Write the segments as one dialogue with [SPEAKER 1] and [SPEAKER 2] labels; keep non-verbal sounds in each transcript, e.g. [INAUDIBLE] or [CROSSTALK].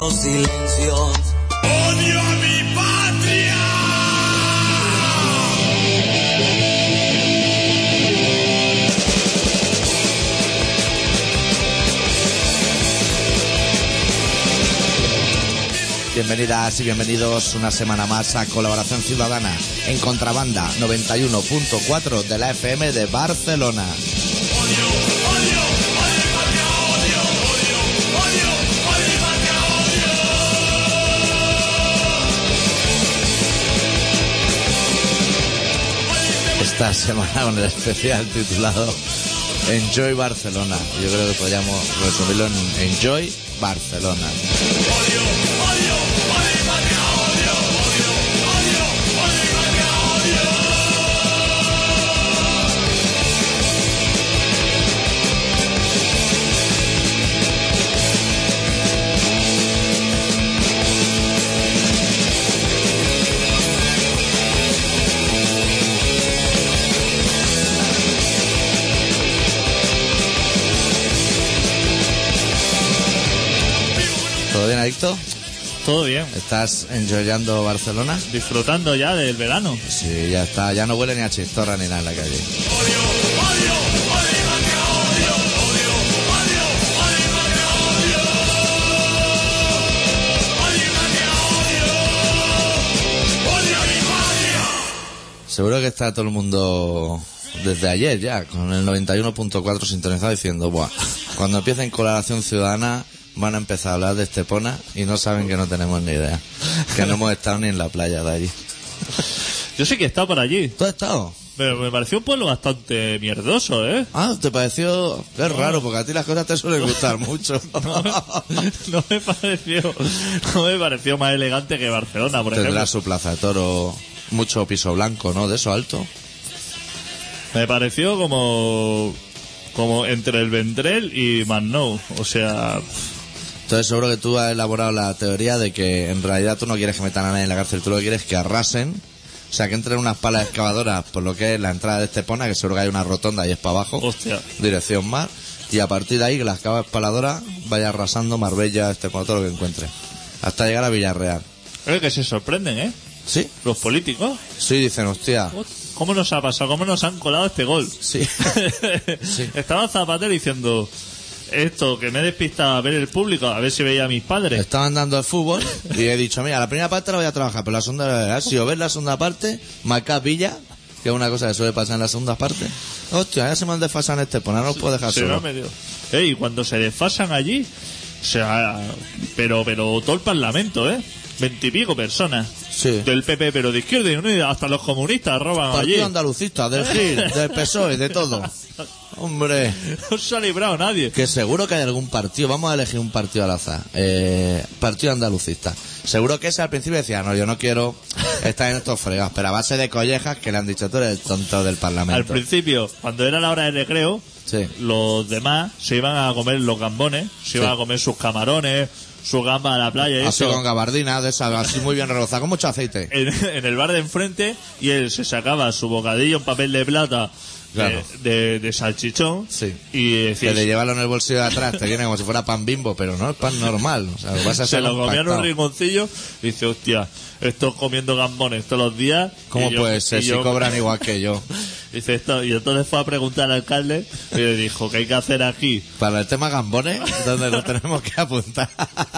[SPEAKER 1] los silencios.
[SPEAKER 2] ¡Odio a mi patria!
[SPEAKER 3] Bienvenidas y bienvenidos una semana más a Colaboración Ciudadana en Contrabanda 91.4 de la FM de Barcelona.
[SPEAKER 2] ¡Odio, odio, odio y patria, odio, odio, odio, odio y patria, odio!
[SPEAKER 3] Esta [LAUGHS] semana con el especial titulado Enjoy Barcelona. Yo creo que podríamos resumirlo en Enjoy Barcelona.
[SPEAKER 2] ¡Odio, odio, odio y patria, odio, odio, odio, odio y patria, odio!
[SPEAKER 3] ¿Todo bien, adicto?
[SPEAKER 4] Todo bien.
[SPEAKER 3] ¿Estás enjoyando Barcelona?
[SPEAKER 4] Disfrutando ya del verano.
[SPEAKER 3] Sí, ya está, ya no huele ni a chistorra ni nada en la calle.
[SPEAKER 2] ¡Odio, odio, odio y patria, odio, odio, odio, odio y patria, odio! ¡Odio y patria, odio! ¡Odio a mi patria!
[SPEAKER 3] Seguro que está todo el mundo desde ayer ya, con el 91.4 sintonizado diciendo, Buah, cuando empiecen colaboración ciudadana van a empezar a hablar de Estepona y no saben que no tenemos ni idea, que no hemos estado ni en la playa de allí.
[SPEAKER 4] Yo sé que he estado por allí,
[SPEAKER 3] ¿Tú has estado?
[SPEAKER 4] pero me pareció un pueblo bastante mierdoso, ¿eh? [LAUGHS]
[SPEAKER 3] Ah, te pareció... Es raro, porque a ti las cosas te suelen gustar mucho.
[SPEAKER 4] No me pareció, no me pareció más elegante que Barcelona, por ejemplo.
[SPEAKER 3] Tendrá su plaza de toro, mucho piso blanco, ¿no? De eso alto.
[SPEAKER 4] Me pareció como, como entre el Vendrell y Mannou. O sea,
[SPEAKER 3] Entonces seguro que tú has elaborado la teoría de que en realidad tú no quieres que metan a nadie en la cárcel, tú lo que quieres es que arrasen, o sea, que entren unas palas excavadoras por lo que es la entrada de Estepona, que seguro que hay una rotonda y es para abajo,
[SPEAKER 4] Hostia.
[SPEAKER 3] dirección mar, y a partir de ahí que la excava excavadora vaya arrasando Marbella, Estepona, todo lo que encuentre, hasta llegar a Villarreal.
[SPEAKER 4] creo que se sorprenden, ¿eh?
[SPEAKER 3] ¿Sí?
[SPEAKER 4] Los políticos.
[SPEAKER 3] Sí, dicen, hostia.
[SPEAKER 4] ¿Cómo nos ha pasado? ¿Cómo nos han colado este gol? [LAUGHS]
[SPEAKER 3] Sí.
[SPEAKER 4] Estaba Zapatero diciendo esto, que me despistaba a ver el público, a ver si veía a mis padres.
[SPEAKER 3] Estaban dando el fútbol y he dicho, mira, la primera parte la voy a trabajar, pero la segunda, ha sido ver la segunda parte, marcar Villa, que es una cosa que suele pasar en la segunda parte. Hostia, ya se me han desfasado en este, pues no os puedo dejar
[SPEAKER 4] Se me ha
[SPEAKER 3] solo.
[SPEAKER 4] metido. Ey, Eh, cuando se desfasan allí, o sea, pero, pero todo el parlamento, ¿eh? Veintipico personas.
[SPEAKER 3] Sí.
[SPEAKER 4] Del PP, pero de Izquierda y Unida, hasta los comunistas roban allí.
[SPEAKER 3] Partido andalucista, del GIL, del PSOE, E, de todo. Hombre,
[SPEAKER 4] [LAUGHS] No se ha librado nadie.
[SPEAKER 3] que seguro que hay algún partido, vamos a elegir un partido al azar, eh, partido andalucista. Seguro que ese al principio decía, no, yo no quiero estar en estos fregados, pero a base de collejas que le han dicho, tú eres el tonto del
[SPEAKER 4] Al
[SPEAKER 3] Parlamento.
[SPEAKER 4] principio, cuando era la hora del recreo,
[SPEAKER 3] Sí.
[SPEAKER 4] los demás se iban a comer los gambones, se iban
[SPEAKER 3] Sí.
[SPEAKER 4] a comer sus camarones, su gamba a la playa y
[SPEAKER 3] Así
[SPEAKER 4] eso. Eh,
[SPEAKER 3] con gabardina, de esa, así muy bien rebozada, con mucho aceite.
[SPEAKER 4] en, en el bar de enfrente y él se sacaba su bocadillo en papel de plata de-
[SPEAKER 3] Claro.
[SPEAKER 4] de, de salchichón
[SPEAKER 3] Sí.
[SPEAKER 4] y
[SPEAKER 3] Que
[SPEAKER 4] decía,
[SPEAKER 3] de llevarlo en el bolsillo de atrás te viene como si fuera pan bimbo, pero no es pan normal. O sea, lo vas a
[SPEAKER 4] se
[SPEAKER 3] hacer
[SPEAKER 4] lo comían
[SPEAKER 3] compactado.
[SPEAKER 4] un rinconcillo y dice, hostia, estos comiendo gambones todos los días.
[SPEAKER 3] ¿Cómo
[SPEAKER 4] y yo-
[SPEAKER 3] puede ser
[SPEAKER 4] y
[SPEAKER 3] si
[SPEAKER 4] yo-
[SPEAKER 3] cobran igual que yo?
[SPEAKER 4] [LAUGHS] Dice esto, y entonces fue a preguntar al alcalde y le dijo, ¿qué hay que hacer aquí?
[SPEAKER 3] Para el tema gambones, donde lo tenemos que apuntar. [LAUGHS]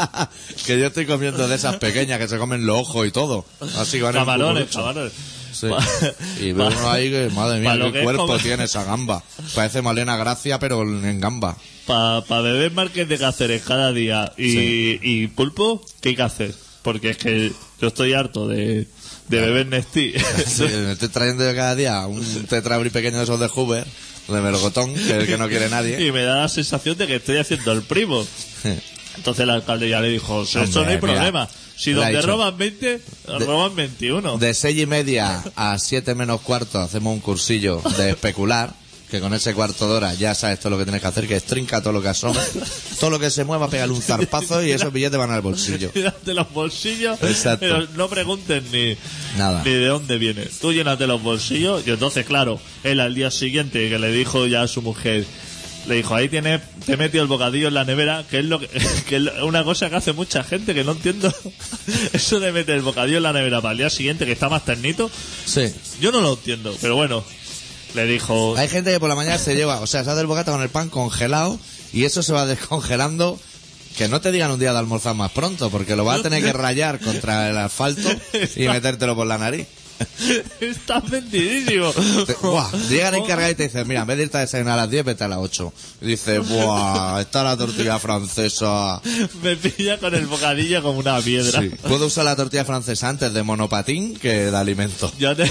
[SPEAKER 3] que yo estoy comiendo de esas pequeñas que se comen los ojos y todo. Así que van en
[SPEAKER 4] Camarones,
[SPEAKER 3] cucurucho.
[SPEAKER 4] camarones.
[SPEAKER 3] Sí.
[SPEAKER 4] [LAUGHS] Pa-
[SPEAKER 3] Y veo
[SPEAKER 4] pa-
[SPEAKER 3] uno ahí que, madre mía,
[SPEAKER 4] pa' lo
[SPEAKER 3] qué
[SPEAKER 4] que es
[SPEAKER 3] cuerpo
[SPEAKER 4] comer-
[SPEAKER 3] tiene esa gamba. Parece Malena Gracia, pero en gamba.
[SPEAKER 4] Para beber Márquez de Cáceres cada día y,
[SPEAKER 3] Sí.
[SPEAKER 4] y pulpo, ¿qué hay que hacer? Porque es que yo estoy harto de, de beber Nestí.
[SPEAKER 3] [LAUGHS]
[SPEAKER 4] [LAUGHS]
[SPEAKER 3] Sí, me estoy trayendo yo cada día un tetrabri pequeño de esos de Hoover, de melocotón, que es el que no quiere nadie.
[SPEAKER 4] [LAUGHS] Y me da la sensación de que estoy haciendo
[SPEAKER 3] [LAUGHS]
[SPEAKER 4] el primo. Entonces el alcalde ya le dijo, eso
[SPEAKER 3] Hombre,
[SPEAKER 4] no hay
[SPEAKER 3] mira,
[SPEAKER 4] problema. Si
[SPEAKER 3] le ha
[SPEAKER 4] donde
[SPEAKER 3] dicho.
[SPEAKER 4] roban 20, roban 21. [LAUGHS]
[SPEAKER 3] De seis y media a siete menos cuarto hacemos un cursillo de especular, que con ese cuarto de hora ya sabes todo lo que tienes que hacer, que estrinca todo lo que asoma, todo lo que se mueva, pégale un zarpazo y esos billetes van al bolsillo.
[SPEAKER 4] Llénate los bolsillos,
[SPEAKER 3] Exacto.
[SPEAKER 4] pero no preguntes ni,
[SPEAKER 3] Nada.
[SPEAKER 4] ni de dónde viene. Tú llénate los bolsillos y entonces, claro, él al día siguiente que le dijo ya a su mujer, Le dijo, ahí tienes, te he metido el bocadillo en la nevera, que es lo que, [LAUGHS] que es lo- una cosa que hace mucha gente que no entiendo. [LAUGHS] Eso de meter el bocadillo en la nevera para el día siguiente, que está más ternito,
[SPEAKER 3] Sí.
[SPEAKER 4] yo no lo entiendo, pero bueno.
[SPEAKER 3] [LAUGHS]
[SPEAKER 4] Le dijo,
[SPEAKER 3] Hay gente que por la mañana se lleva, o sea, se hace el bocata con el pan congelado y eso se va [LAUGHS] descongelando. Que no te digan un día de almorzar más pronto, porque lo vas a tener que rayar contra el asfalto y metértelo por la nariz.
[SPEAKER 4] estás
[SPEAKER 3] [LAUGHS]
[SPEAKER 4] mentidísimo. [LAUGHS]
[SPEAKER 3] Te- buah, llega el encargado y te dice, mira, en vez de irte a desayunar a las 10, vete a las 8. Y dice, buah, está la tortilla francesa.
[SPEAKER 4] Me pilla con el bocadillo como una piedra.
[SPEAKER 3] Sí. Puedo usar la tortilla francesa antes de monopatín que de alimento. [LAUGHS]
[SPEAKER 4] Ya te-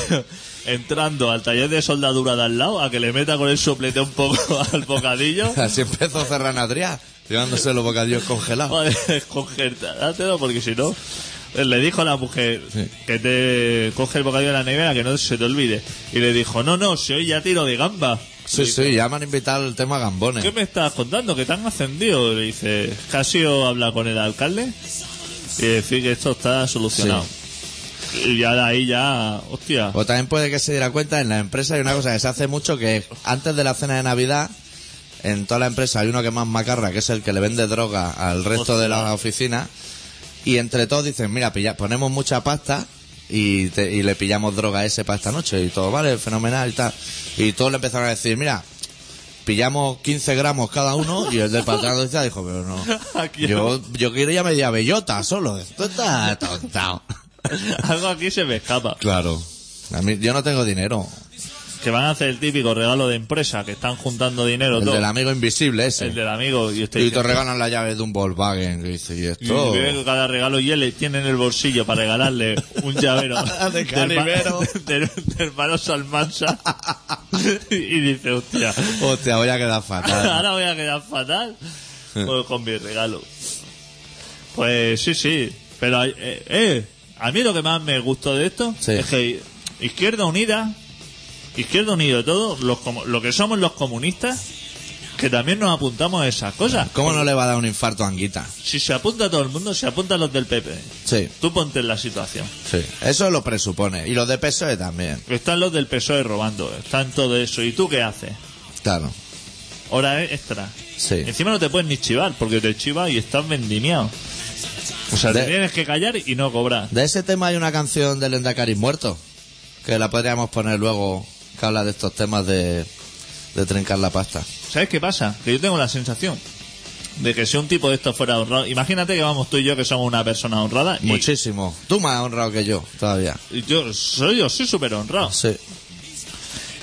[SPEAKER 4] entrando al taller de soldadura de al lado, a que le meta con el soplete un poco [LAUGHS] al
[SPEAKER 3] [LAUGHS]
[SPEAKER 4] bocadillo.
[SPEAKER 3] Así empezó Ferran Adrià, llevándose los bocadillos congelados.
[SPEAKER 4] Vale, descongélátelo, porque si no. Le dijo a la mujer
[SPEAKER 3] Sí.
[SPEAKER 4] que te coge el bocadillo de la nevera, que no se te olvide. Y le dijo, no, no, si hoy ya tiro de gamba.
[SPEAKER 3] Sí, sí, ya me han invitado al tema gambones.
[SPEAKER 4] ¿Qué me estás contando? Que te han ascendido. Le dice, casi habla con el alcalde y decir que esto está solucionado. Y ya de ahí ya,
[SPEAKER 3] [LAUGHS]
[SPEAKER 4] hostia.
[SPEAKER 3] O también puede que se diera cuenta en la empresa hay una cosa que se hace mucho que es, antes de la cena de Navidad en toda la empresa hay uno que es más macarra que es el que le vende droga al resto de la oficina y entre todos dicen mira pilla- ponemos mucha pasta y, te- y le pillamos droga a ese para esta noche y todo vale fenomenal y tal y todos le empezaron a decir mira pillamos 15 gramos cada uno y el del patrón de dijo pero no
[SPEAKER 4] [LAUGHS] Aquí
[SPEAKER 3] yo, yo quería media bellota solo esto está
[SPEAKER 4] [LAUGHS]
[SPEAKER 3] tontao
[SPEAKER 4] Algo aquí se me escapa.
[SPEAKER 3] Claro. A mí, yo no tengo dinero.
[SPEAKER 4] Que van a hacer el típico regalo de empresa, que están juntando dinero
[SPEAKER 3] El
[SPEAKER 4] todo.
[SPEAKER 3] del amigo invisible ese.
[SPEAKER 4] El del amigo. Y, usted
[SPEAKER 3] y
[SPEAKER 4] dice,
[SPEAKER 3] te regalan la llave de un Volkswagen. Que dice, ¿y esto?
[SPEAKER 4] Y ve que cada regalo y él tiene en el bolsillo para regalarle un llavero
[SPEAKER 3] [LAUGHS] De
[SPEAKER 4] del
[SPEAKER 3] Calivero.
[SPEAKER 4] ma- [LAUGHS] del, del hermano Salmansa. [LAUGHS] y dice, hostia,
[SPEAKER 3] Hostia, voy a quedar
[SPEAKER 4] [LAUGHS]
[SPEAKER 3] fatal.
[SPEAKER 4] ahora voy a quedar fatal pues, con mi regalo. Pues sí, sí. Pero eh, eh, a mí lo que más me gustó de esto
[SPEAKER 3] Sí.
[SPEAKER 4] es que Izquierda Unida, Izquierda Unida y todo, los, comu- lo que somos los comunistas, que también nos apuntamos a esas cosas.
[SPEAKER 3] ¿Cómo no le va a dar un infarto a Anguita?
[SPEAKER 4] Si se apunta todo el mundo, se apuntan los del PP.
[SPEAKER 3] Sí,
[SPEAKER 4] Tú ponte en la situación.
[SPEAKER 3] sí. Eso lo presupone. Y los de PSOE E también.
[SPEAKER 4] Están los del PSOE E robando, están todo eso. ¿Y tú qué haces?
[SPEAKER 3] Claro.
[SPEAKER 4] Hora extra.
[SPEAKER 3] Sí.
[SPEAKER 4] Encima no te puedes ni chivar porque te chivas y estás vendimiado. O sea,
[SPEAKER 3] De-
[SPEAKER 4] te tienes que callar y no cobrar.
[SPEAKER 3] De ese tema hay una canción del Endacari muerto. Que la podríamos poner luego. Que habla de estos temas de, de trincar la pasta.
[SPEAKER 4] ¿Sabes qué pasa? Que yo tengo la sensación de que si un tipo de estos fuera honrado, imagínate que vamos tú y yo que somos una persona honrada. y-
[SPEAKER 3] Muchísimo. Tú más honrado que yo, todavía.
[SPEAKER 4] y yo soy yo soy súper honrado.
[SPEAKER 3] Sí.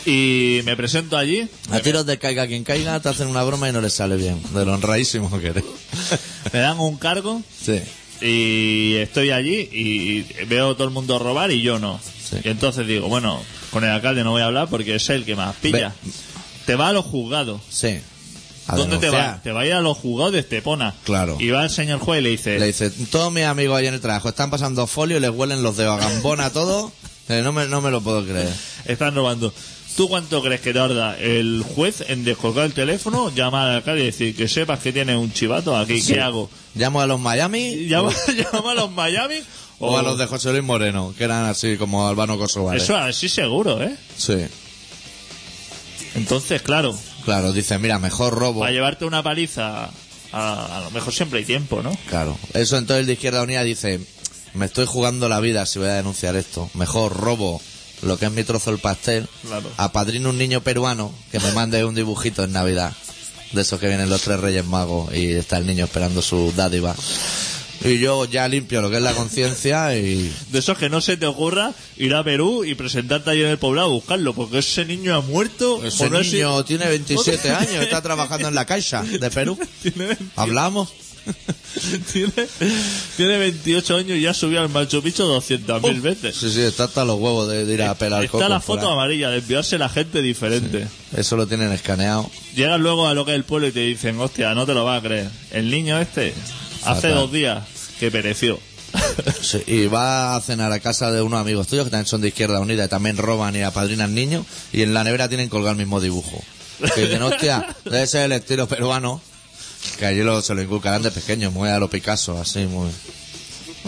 [SPEAKER 4] Y me presento allí,
[SPEAKER 3] A tiros de caiga quien caiga, te hacen una broma y no le sale bien. De lo honradísimo que eres. [LAUGHS]
[SPEAKER 4] me dan un cargo
[SPEAKER 3] Sí.
[SPEAKER 4] y estoy allí y veo todo el mundo robar y yo no.
[SPEAKER 3] Sí.
[SPEAKER 4] Y entonces digo, bueno, con el alcalde no voy a hablar porque es el que más pilla. Te va a los juzgados.
[SPEAKER 3] Sí. A
[SPEAKER 4] ¿Dónde te
[SPEAKER 3] denunciar.
[SPEAKER 4] va? Te va a ir a los juzgados de Estepona.
[SPEAKER 3] Claro.
[SPEAKER 4] Y va el señor juez y le dice,
[SPEAKER 3] Le dice, todos mis amigos ahí en el trabajo están pasando folio y les huelen los dedos a gambón a todo. [LAUGHS] Eh, No me, no me lo puedo creer.
[SPEAKER 4] están robando. ¿Tú cuánto crees que tarda el juez en descolgar el teléfono, llamar al alcalde y decir que sepas que tienes un chivato aquí? ¿Qué hago?
[SPEAKER 3] Llamo a los Miami
[SPEAKER 4] ¿Llama, [LAUGHS] llama a los Miami?
[SPEAKER 3] o a los de José Luis Moreno, que eran así como albano kosovares.
[SPEAKER 4] Oh. Eso así seguro, ¿eh?
[SPEAKER 3] Sí.
[SPEAKER 4] Entonces, claro,
[SPEAKER 3] Claro, dice, mira, mejor robo.
[SPEAKER 4] para llevarte una paliza, a, a lo mejor siempre hay tiempo, ¿no?
[SPEAKER 3] Claro. Eso entonces el de Izquierda Unida dice, me estoy jugando la vida si voy a denunciar esto. Mejor robo lo que es mi trozo el pastel.
[SPEAKER 4] Claro.
[SPEAKER 3] Apadrino un niño peruano que me mande un dibujito en Navidad. De esos que vienen los tres reyes magos y está el niño esperando su dádiva. Y yo ya limpio lo que es la conciencia y...
[SPEAKER 4] De esos que no se te ocurra ir a Perú y presentarte allí en el poblado a buscarlo, porque ese niño ha muerto.
[SPEAKER 3] Ese
[SPEAKER 4] por no
[SPEAKER 3] niño
[SPEAKER 4] decir-
[SPEAKER 3] tiene 27 años, está trabajando en la Caixa de
[SPEAKER 4] [LAUGHS]
[SPEAKER 3] Perú.
[SPEAKER 4] tiene,
[SPEAKER 3] ¿Hablamos?
[SPEAKER 4] tiene, tiene 28 años y ya subió al Machu Picchu 200.000 veces.
[SPEAKER 3] Sí, sí, está hasta los huevos de, de ir a pelar
[SPEAKER 4] Está
[SPEAKER 3] cocos
[SPEAKER 4] la
[SPEAKER 3] por
[SPEAKER 4] foto
[SPEAKER 3] ahí.
[SPEAKER 4] amarilla de enviarse la gente diferente.
[SPEAKER 3] Eso lo tienen escaneado.
[SPEAKER 4] Llegas luego a lo que es el pueblo y te dicen, hostia, no te lo vas a creer. El niño este hace
[SPEAKER 3] Fatal.
[SPEAKER 4] dos días
[SPEAKER 3] [LAUGHS]
[SPEAKER 4] que pereció.
[SPEAKER 3] Sí, y va a cenar a casa de unos amigos tuyos que también son de Izquierda Unida y también roban y apadrinan niños y en la nevera tienen colgado el mismo dibujo. Que dicen, hostia, debe ser el estilo peruano, que allí lo, se lo inculcarán de pequeño, muy a lo Picasso, así, muy...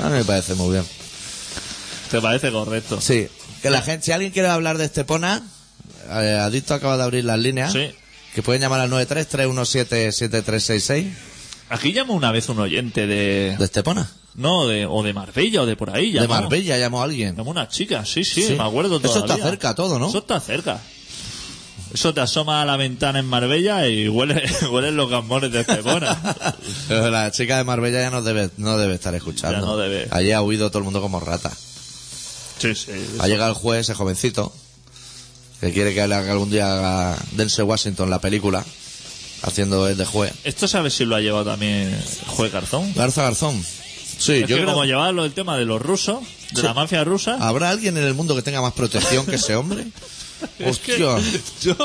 [SPEAKER 3] A mí me parece muy bien.
[SPEAKER 4] ¿Te parece correcto?
[SPEAKER 3] este Sí, que la gente, si alguien quiere hablar de Estepona, eh, Adicto acaba de abrir las líneas.
[SPEAKER 4] Sí.
[SPEAKER 3] Que pueden llamar al 933177366
[SPEAKER 4] Aquí llamó una vez un oyente de.
[SPEAKER 3] de este Estepona.
[SPEAKER 4] No, de, o de Marbella o de por ahí.
[SPEAKER 3] De
[SPEAKER 4] llamó.
[SPEAKER 3] Marbella llamó a alguien.
[SPEAKER 4] Llamó una chica, sí, sí,
[SPEAKER 3] Sí.
[SPEAKER 4] me acuerdo
[SPEAKER 3] Eso
[SPEAKER 4] todavía.
[SPEAKER 3] está cerca todo, ¿no?
[SPEAKER 4] Eso está cerca. Eso te asoma a la ventana en Marbella y huele, [LAUGHS] huelen los gamones
[SPEAKER 3] [LAUGHS]
[SPEAKER 4] de Estepona.
[SPEAKER 3] Pero La chica de Marbella ya no debe, no debe estar escuchando.
[SPEAKER 4] Ya no debe.
[SPEAKER 3] Allí ha huido todo el mundo como rata.
[SPEAKER 4] sí, sí.
[SPEAKER 3] Ha llegado el juez, ese jovencito, que quiere que le haga algún día haga Denzel Washington la película, haciendo el de juez.
[SPEAKER 4] Esto sabes si lo ha llevado también Juez Garzón.
[SPEAKER 3] Garza Garzón. Sí,
[SPEAKER 4] Es
[SPEAKER 3] yo
[SPEAKER 4] que
[SPEAKER 3] creo...
[SPEAKER 4] como llevarlo el tema de los rusos, de
[SPEAKER 3] Sí. Ah,
[SPEAKER 4] la mafia rusa.
[SPEAKER 3] ¿Habrá alguien en el mundo que tenga más protección que ese hombre?
[SPEAKER 4] [LAUGHS] Es que
[SPEAKER 3] Hostia.
[SPEAKER 4] yo,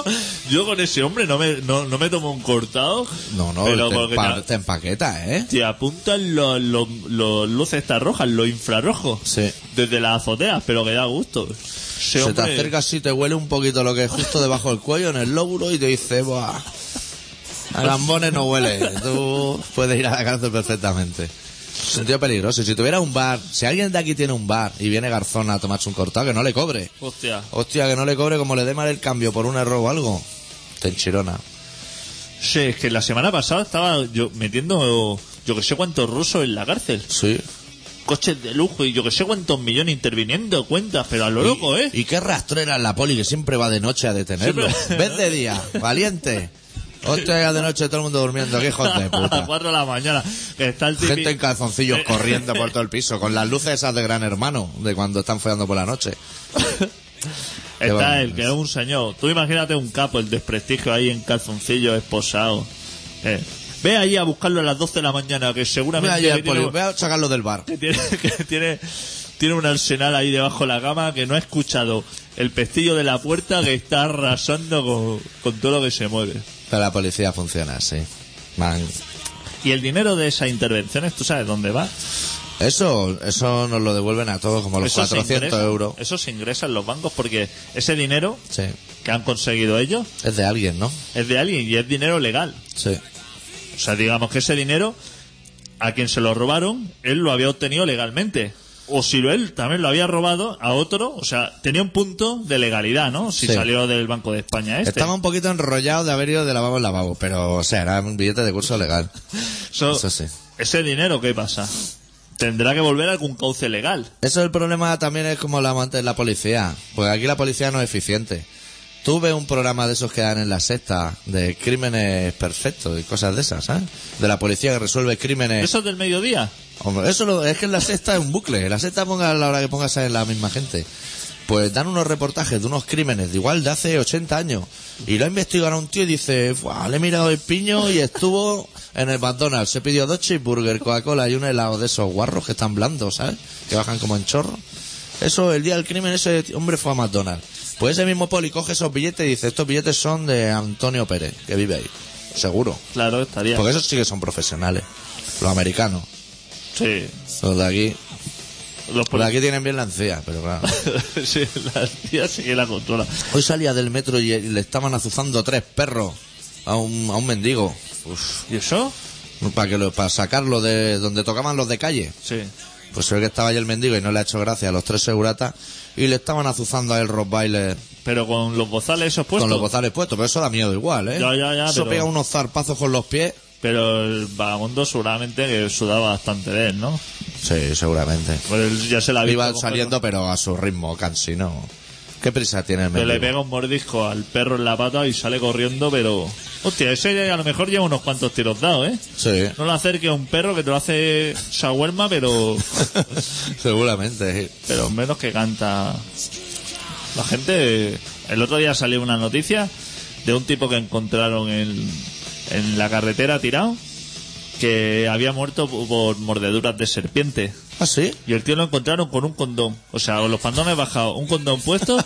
[SPEAKER 4] yo con ese hombre no me, no, no me tomo un cortado.
[SPEAKER 3] No, no,
[SPEAKER 4] pero
[SPEAKER 3] te,
[SPEAKER 4] porque
[SPEAKER 3] empa-
[SPEAKER 4] te,
[SPEAKER 3] te empaqueta, ¿eh?
[SPEAKER 4] te apuntan los, los, los luces estas rojas, los infrarrojos.
[SPEAKER 3] Sí.
[SPEAKER 4] Desde las azoteas, pero que da gusto. Ese
[SPEAKER 3] Se te
[SPEAKER 4] Este hombre-
[SPEAKER 3] acerca así, te huele un poquito lo que es justo debajo del cuello, en el lóbulo, y te dice, ¡buah! A lambones no huele. Tú puedes ir a la cárcel perfectamente. Sentido peligroso. Si tuviera un bar, si alguien de aquí tiene un bar y viene Garzón a tomarse un cortado, que no le cobre.
[SPEAKER 4] Hostia.
[SPEAKER 3] Hostia, que no le cobre como le dé mal el cambio por un error o algo. Te enchirona.
[SPEAKER 4] Sí, es que la semana pasada estaba yo metiendo yo que sé cuántos rusos en la cárcel.
[SPEAKER 3] Sí.
[SPEAKER 4] Coches de lujo y yo que sé cuántos millones interviniendo cuentas, pero a lo
[SPEAKER 3] Y-
[SPEAKER 4] loco, ¿eh?
[SPEAKER 3] Y qué rastrera es la poli que siempre va de noche a detenerlo.
[SPEAKER 4] Siempre-
[SPEAKER 3] Ves de día, valiente. Hostia, de noche todo el mundo durmiendo, qué hijos de
[SPEAKER 4] [LAUGHS] a las
[SPEAKER 3] puta.
[SPEAKER 4] 4 de la mañana. que está el típico-
[SPEAKER 3] Gente en calzoncillos
[SPEAKER 4] Eh,
[SPEAKER 3] corriendo
[SPEAKER 4] [LAUGHS]
[SPEAKER 3] por todo el piso, con las luces esas de gran hermano, de cuando están follando por la noche. Qué
[SPEAKER 4] Está
[SPEAKER 3] barbaridad.
[SPEAKER 4] el que es un señor. Tú imagínate un capo, el desprestigio ahí en calzoncillo, esposado. Eh, Ve ahí a buscarlo a las 12 de la mañana, que
[SPEAKER 3] Voy
[SPEAKER 4] seguramente
[SPEAKER 3] a, ir al
[SPEAKER 4] que tiene,
[SPEAKER 3] poli, pues, voy a sacarlo del bar.
[SPEAKER 4] que tiene, [LAUGHS] que tiene, tiene un arsenal ahí debajo de la cama que no ha escuchado el pestillo de la puerta que está arrasando con, con todo lo que se mueve.
[SPEAKER 3] Pero la policía funciona así. Man.
[SPEAKER 4] Y el dinero de esas intervenciones, ¿tú sabes dónde va?
[SPEAKER 3] Eso, eso nos lo devuelven a todos, como los
[SPEAKER 4] Eso se
[SPEAKER 3] 400
[SPEAKER 4] ingresa-
[SPEAKER 3] euros.
[SPEAKER 4] Eso se ingresa en los bancos porque ese dinero
[SPEAKER 3] Sí.
[SPEAKER 4] que han conseguido ellos
[SPEAKER 3] Es de alguien, ¿no?
[SPEAKER 4] es de alguien y es dinero legal.
[SPEAKER 3] Sí.
[SPEAKER 4] O sea, digamos que ese dinero a quien se lo robaron, él lo había obtenido legalmente. O si lo- él también lo había robado a otro, o sea, tenía un punto de legalidad, ¿no? Si
[SPEAKER 3] Sí.
[SPEAKER 4] salió del Banco de España este.
[SPEAKER 3] Estaba un poquito enrollado de haber ido de lavabo en lavabo, pero, o sea, era un billete de curso legal.
[SPEAKER 4] So,
[SPEAKER 3] eso sí.
[SPEAKER 4] Ese dinero, ¿qué pasa? Tendrá que volver a algún cauce legal.
[SPEAKER 3] Eso es el problema también es como hablamos antes de la policía. Porque aquí la policía no es eficiente. Tú ves un programa de esos que dan en la sexta, de crímenes perfectos y cosas de esas, ¿sabes? De la policía que resuelve crímenes.
[SPEAKER 4] ¿Eso es del mediodía?
[SPEAKER 3] Hombre, eso lo- es que en la sexta es un bucle. En la sexta ponga a la hora que pongas es la misma gente. Pues dan unos reportajes de unos crímenes de igual de hace 80 años. Y lo ha investigado un tío y dice, "Buah, le he mirado el piño y estuvo en el McDonald's. Se pidió dos cheeseburger, Coca-Cola y un helado de esos guarros que están blandos, ¿sabes? Que bajan como en chorro. Eso, el día del crimen, ese hombre fue a McDonald's. Pues ese mismo poli coge esos billetes y dice, estos billetes son de Antonio Pérez, que vive ahí. Seguro.
[SPEAKER 4] Claro, estaría.
[SPEAKER 3] Porque esos sí que son profesionales. Los americanos.
[SPEAKER 4] Sí.
[SPEAKER 3] Los de aquí.
[SPEAKER 4] Los
[SPEAKER 3] Por aquí tienen bien la encía, pero claro.
[SPEAKER 4] policías- [LAUGHS] sí, la tía sí que la controla.
[SPEAKER 3] Hoy salía del metro y le estaban azuzando tres perros a un, a un mendigo.
[SPEAKER 4] ¿Y eso?
[SPEAKER 3] Para, que lo, para sacarlo de donde tocaban los de calle.
[SPEAKER 4] Sí.
[SPEAKER 3] Pues se ve que estaba ahí el mendigo y no le ha hecho gracia a los tres seguratas. Y le estaban azuzando a él Rottweiler
[SPEAKER 4] Pero con los bozales esos puestos.
[SPEAKER 3] con los bozales puestos. Pero eso da miedo igual, ¿eh?
[SPEAKER 4] Ya, ya, ya,
[SPEAKER 3] Eso
[SPEAKER 4] pero-
[SPEAKER 3] pega unos zarpazos con los pies.
[SPEAKER 4] Pero el vagabundo seguramente que sudaba bastante de él, ¿no?
[SPEAKER 3] Sí, seguramente.
[SPEAKER 4] Pues él ya se la había
[SPEAKER 3] Iba saliendo, pero a su ritmo, cansino. ¿Qué prisa tiene el
[SPEAKER 4] Que
[SPEAKER 3] mendigo?
[SPEAKER 4] le pega un mordisco al perro en la pata y sale corriendo, pero... Hostia, ese a lo mejor lleva unos cuantos tiros dados, ¿eh?
[SPEAKER 3] Sí.
[SPEAKER 4] No lo acerques a un perro que te lo hace shawarma,
[SPEAKER 3] [LAUGHS]
[SPEAKER 4] pero...
[SPEAKER 3] Seguramente. sí.
[SPEAKER 4] Pero menos que canta... La gente... El otro día salió una noticia de un tipo que encontraron en, en la carretera tirado que había muerto por mordeduras de serpiente.
[SPEAKER 3] ¿Ah, sí?
[SPEAKER 4] Y el tío lo encontraron con un condón. O sea, con los pandones bajados, un condón
[SPEAKER 3] [LAUGHS]
[SPEAKER 4] puesto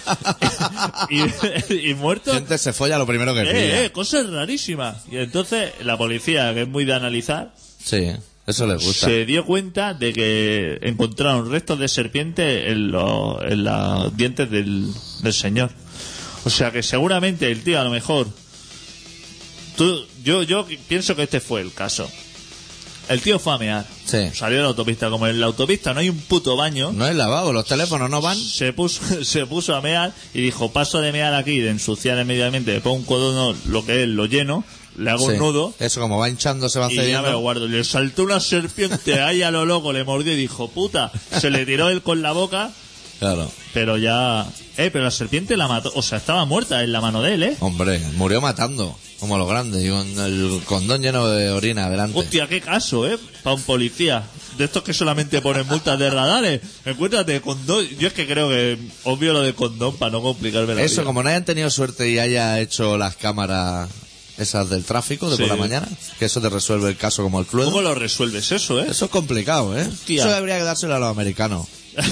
[SPEAKER 4] y, y muerto.
[SPEAKER 3] Gente se folla lo primero que pilla.
[SPEAKER 4] Eh, eh, cosas rarísimas. Y entonces la policía, que es muy de analizar,
[SPEAKER 3] Sí, eso les gusta.
[SPEAKER 4] se dio cuenta de que encontraron restos de serpiente en los, en los dientes del, del señor. O sea que seguramente el tío a lo mejor... Tú, yo, yo pienso que este fue el caso. El tío fue a mear.
[SPEAKER 3] Sí.
[SPEAKER 4] Salió de la autopista. Como en la autopista no hay un puto baño,
[SPEAKER 3] No es lavado, los teléfonos no van.
[SPEAKER 4] se puso, [LAUGHS] se puso a mear y dijo, paso de mear aquí, de ensuciar el medio ambiente, le pongo un codono, lo que es, lo lleno, le hago
[SPEAKER 3] Sí.
[SPEAKER 4] un nudo
[SPEAKER 3] Eso como va hinchando, se va
[SPEAKER 4] y ya me lo
[SPEAKER 3] cediendo.
[SPEAKER 4] guardo. Le saltó una serpiente ahí a lo loco, le mordió y dijo, puta, se le tiró él con la boca,
[SPEAKER 3] Claro.
[SPEAKER 4] pero ya... Eh, pero la serpiente la mató, o sea, estaba muerta en la mano de él, ¿eh?
[SPEAKER 3] Hombre, murió matando, como los grandes, y con el condón lleno de orina adelante.
[SPEAKER 4] Hostia, qué caso, ¿eh? Para un policía. De estos que solamente ponen multas de radares. Encuéntrate condón. Yo es que creo que obvio lo de condón para no complicarme la
[SPEAKER 3] Eso,
[SPEAKER 4] vida.
[SPEAKER 3] como no hayan tenido suerte y haya hecho las cámaras esas del tráfico de
[SPEAKER 4] Sí.
[SPEAKER 3] por la mañana, que eso te resuelve el caso como el club.
[SPEAKER 4] ¿Cómo lo resuelves eso, eh?
[SPEAKER 3] Eso es complicado, ¿eh?
[SPEAKER 4] Hostia.
[SPEAKER 3] Eso habría que dárselo a los americanos. [LAUGHS]
[SPEAKER 4] [LAUGHS]